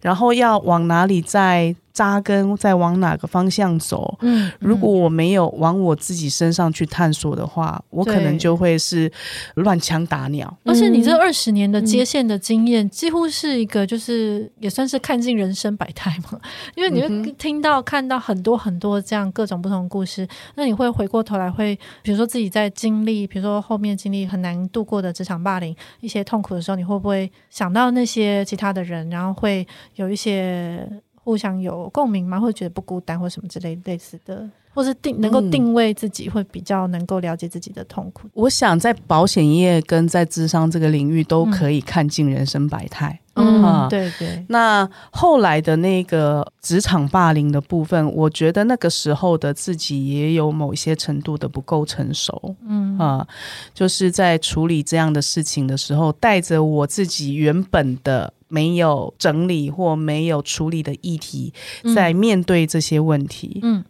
S3: 然后要往哪里再扎根，再往哪个方向走。
S1: 嗯，
S3: 如果我没有往我自己身上去探索的话，我可
S1: 对
S3: 能就会是乱枪打鸟。
S1: 而且你这
S2: 嗯
S1: 二十年的接线的经验，几乎是一个就是也算是看尽人生百态嘛，因为你会听到、看到很多很多这样各种不同的故事，那你会回过头来会，比如说自己在经历，比如说后面经历很难度过的职场霸凌一些痛苦的时候，你会不会想到那些其他的人，然后会有一些互相有共鸣吗？会觉得不孤单或什么之类类似的，或是定能够
S3: 嗯
S1: 定位自己，会比较能够了解自己的痛苦。
S3: 我想在保险业跟在智商这个领域都可以看尽人生百态。
S1: 嗯，
S3: 啊
S1: 对对，
S3: 那后来的那个职场霸凌的部分，我觉得那个时候的自己也有某一些程度的不够成熟
S1: 嗯
S3: 啊、就是在处理这样的事情的时候，带着我自己原本的没有整理或没有处理的议题，在面对这些问题。
S1: 嗯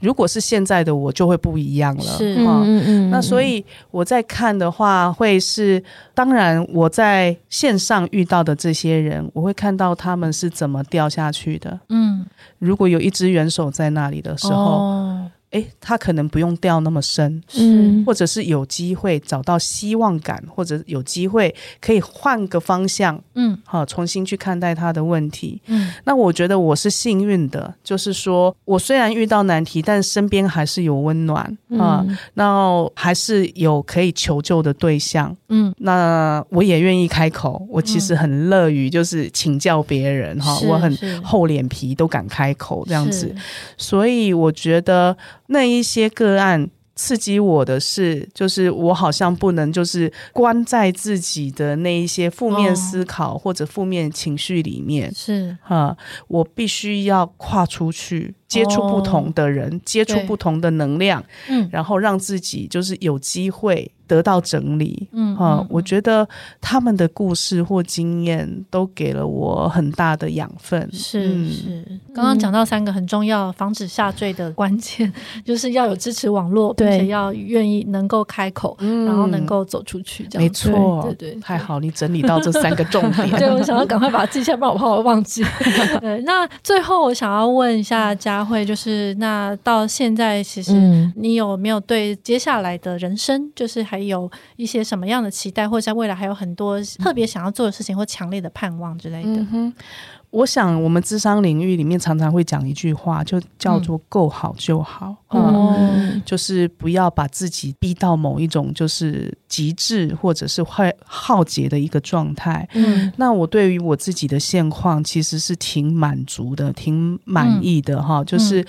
S3: 如果是现在的我，就会不一样了。
S1: 是
S2: 嗯
S3: 啊
S2: 嗯嗯，
S3: 那所以我在看的话，会是当然我在线上遇到的这些人，我会看到他们是怎么掉下去的。
S1: 嗯，
S3: 如果有一只元手在那里的时候，
S1: 哦、
S3: 诶，他可能不用掉那么深，
S2: 嗯
S1: 是
S3: 或者是有机会找到希望感，或者有机会可以换个方向，
S1: 嗯
S3: 哈，重新去看待他的问题。
S1: 嗯
S3: 那我觉得我是幸运的，就是说我虽然遇到难题，但身边还是有温暖啊。
S2: 嗯
S3: 那还是有可以求救的对象。
S1: 嗯
S3: 那我也愿意开口，我其实很乐于就是请教别人哈、
S1: 是
S3: 我很
S1: 是
S3: 厚脸皮都敢开口这样子
S1: 是，，
S3: 所以我觉得那一些个案。刺激我的是，就是我好像不能就是关在自己的那一些负面
S1: 哦
S3: 思考或者负面情绪里面
S1: 是
S3: 哈、我必须要跨出去，接触不同的人，接触
S1: 哦对
S3: 不同的能量，
S1: 嗯
S3: 然后让自己就是有机会得到整理。
S1: 嗯
S3: 啊、
S1: 嗯
S3: 我觉得他们的故事或经验都给了我很大的养分。
S1: 是
S3: 嗯
S1: 是，刚刚讲到三个很重要防止下坠的关键，就是要有支持网络，并
S2: 对
S1: 且要愿意能够开口，
S3: 嗯
S1: 然后能够走出去，这样
S3: 没
S1: 子
S3: 错
S1: 对对对，
S3: 嗯太好，你整理到这三个重
S1: 对，
S3: 点。
S1: 我想要赶快把它记下来，不然我怕我忘记。对，那最后我想要问一下佳慧，就是那到现在，其实
S2: 嗯，
S1: 你有没有对接下来的人生，就是还有一些什么样的期待，或者在未来还有很多特别想要做的事情或强烈的盼望之类的？
S3: 嗯哼， 我想我们智商领域里面常常会讲一句话，就
S1: 嗯
S3: 叫做“够好就好”嗯
S1: 哦
S3: 就是不要把自己逼到某一种就是极致或者是坏耗竭的一个状态。
S1: 嗯
S3: 那我对于我自己的现况其实是挺满足的，挺满意的哈。就是，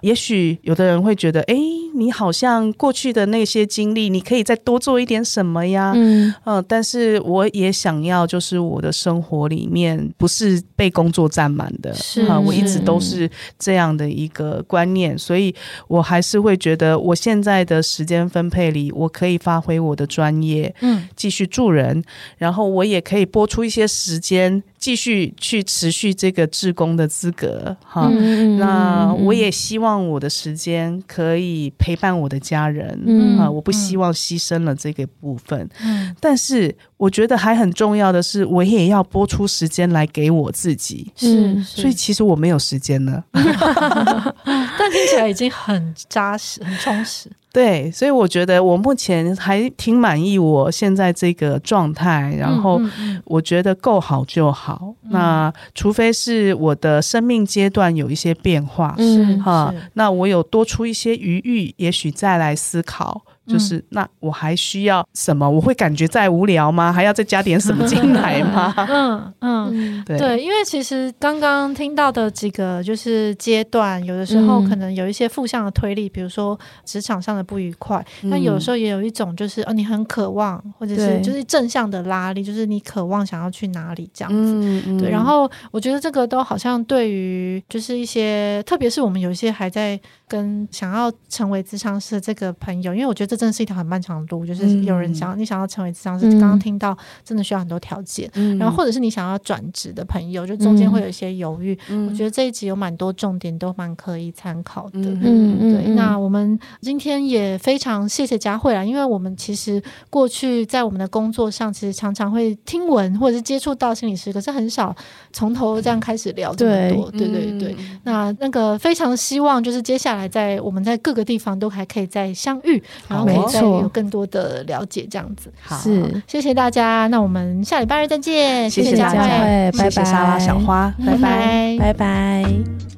S3: 也许有的人会觉得，诶，你好像过去的那些经历，你可以再多做一点什么呀？
S2: 嗯
S3: 嗯，但是我也想要，就是我的生活里面不是被工作占满的，
S1: 是
S3: 啊，我一直
S2: 是
S3: 都是这样的一个观念，所以我还是会觉得，我现在的时间分配里，我可以发挥我的专业，
S1: 嗯
S3: 继续助人，然后我也可以拨出一些时间，继续去持续这个志工的资格，哈、
S2: 嗯
S3: 那我也希望我的时间可以陪伴我的家人，
S2: 嗯
S3: 啊，我不希望牺牲了这个部分。
S1: 嗯
S3: 但是我觉得还很重要的是，我也要拨出时间来给我自己。
S1: 是，
S2: 嗯
S1: 所
S3: 所以其实我没有时间了，
S1: 但听起来已经很扎实、 很充实。
S3: 对，所以我觉得我目前还挺满意我现在这个状态，然后
S1: 嗯嗯
S3: 我觉得够好就好。
S1: 嗯
S3: 那除非是我的生命阶段有一些变化，
S1: 嗯
S2: 嗯
S3: 哈
S1: 是，
S3: 那我有多出一些余裕，也许再来思考，
S1: 嗯
S3: 就是、那我还需要什么？我会感觉再无聊吗？还要再加点什么进 来吗？
S1: 嗯嗯，
S2: 嗯
S3: 啊对，
S1: 对，因为其实刚刚听到的几个就是阶段，有的时候
S2: 嗯
S1: 可能有一些负向的推力，比如说职场上的不愉快，那、有
S3: 嗯
S1: 时候也有一种就是哦，你很渴望，或者是
S2: 对
S1: 就是正向的拉力，就是你渴望想要去哪里这样子。
S3: 嗯，嗯
S1: 对，然后我觉得这个都好像对于就是一些，特别是我们有一些还在跟想要成为咨商师的这个朋友，因为我觉得这真的是一条很漫长的路，就是有人
S3: 嗯
S1: 想要、你想要成为咨商师，
S2: 嗯
S1: 刚刚听到真的需要很多条件，
S3: 嗯
S1: 然后或者是你想要转职的朋友，就中间
S2: 嗯
S1: 会有一些犹豫。我觉
S3: 得
S1: 得这一集有蛮多重点都蛮可以参考的。
S3: 嗯
S2: 嗯嗯，
S1: 对，那我们今天也非常谢谢佳慧啦，因为我们其实过去在我们的工作上，其实常常会听闻或者是接触到心理师，可是很少从头这样开始聊这么多。对
S3: 嗯
S1: 对对，那那个非常希望就是接下来在我们在各个地方都还可以再相遇，然后可
S3: 好哦
S1: 以再有更多的了解这样子。
S3: 好，
S2: 是
S1: 谢谢大家，那我们下礼拜日再见，
S3: 谢
S2: 谢
S1: 佳
S2: 佳
S1: 慧，嗯
S2: 慧，
S3: 谢
S2: 拜
S3: 谢莎拉小花，
S1: 拜
S3: 拜拜
S1: 拜
S2: 拜拜。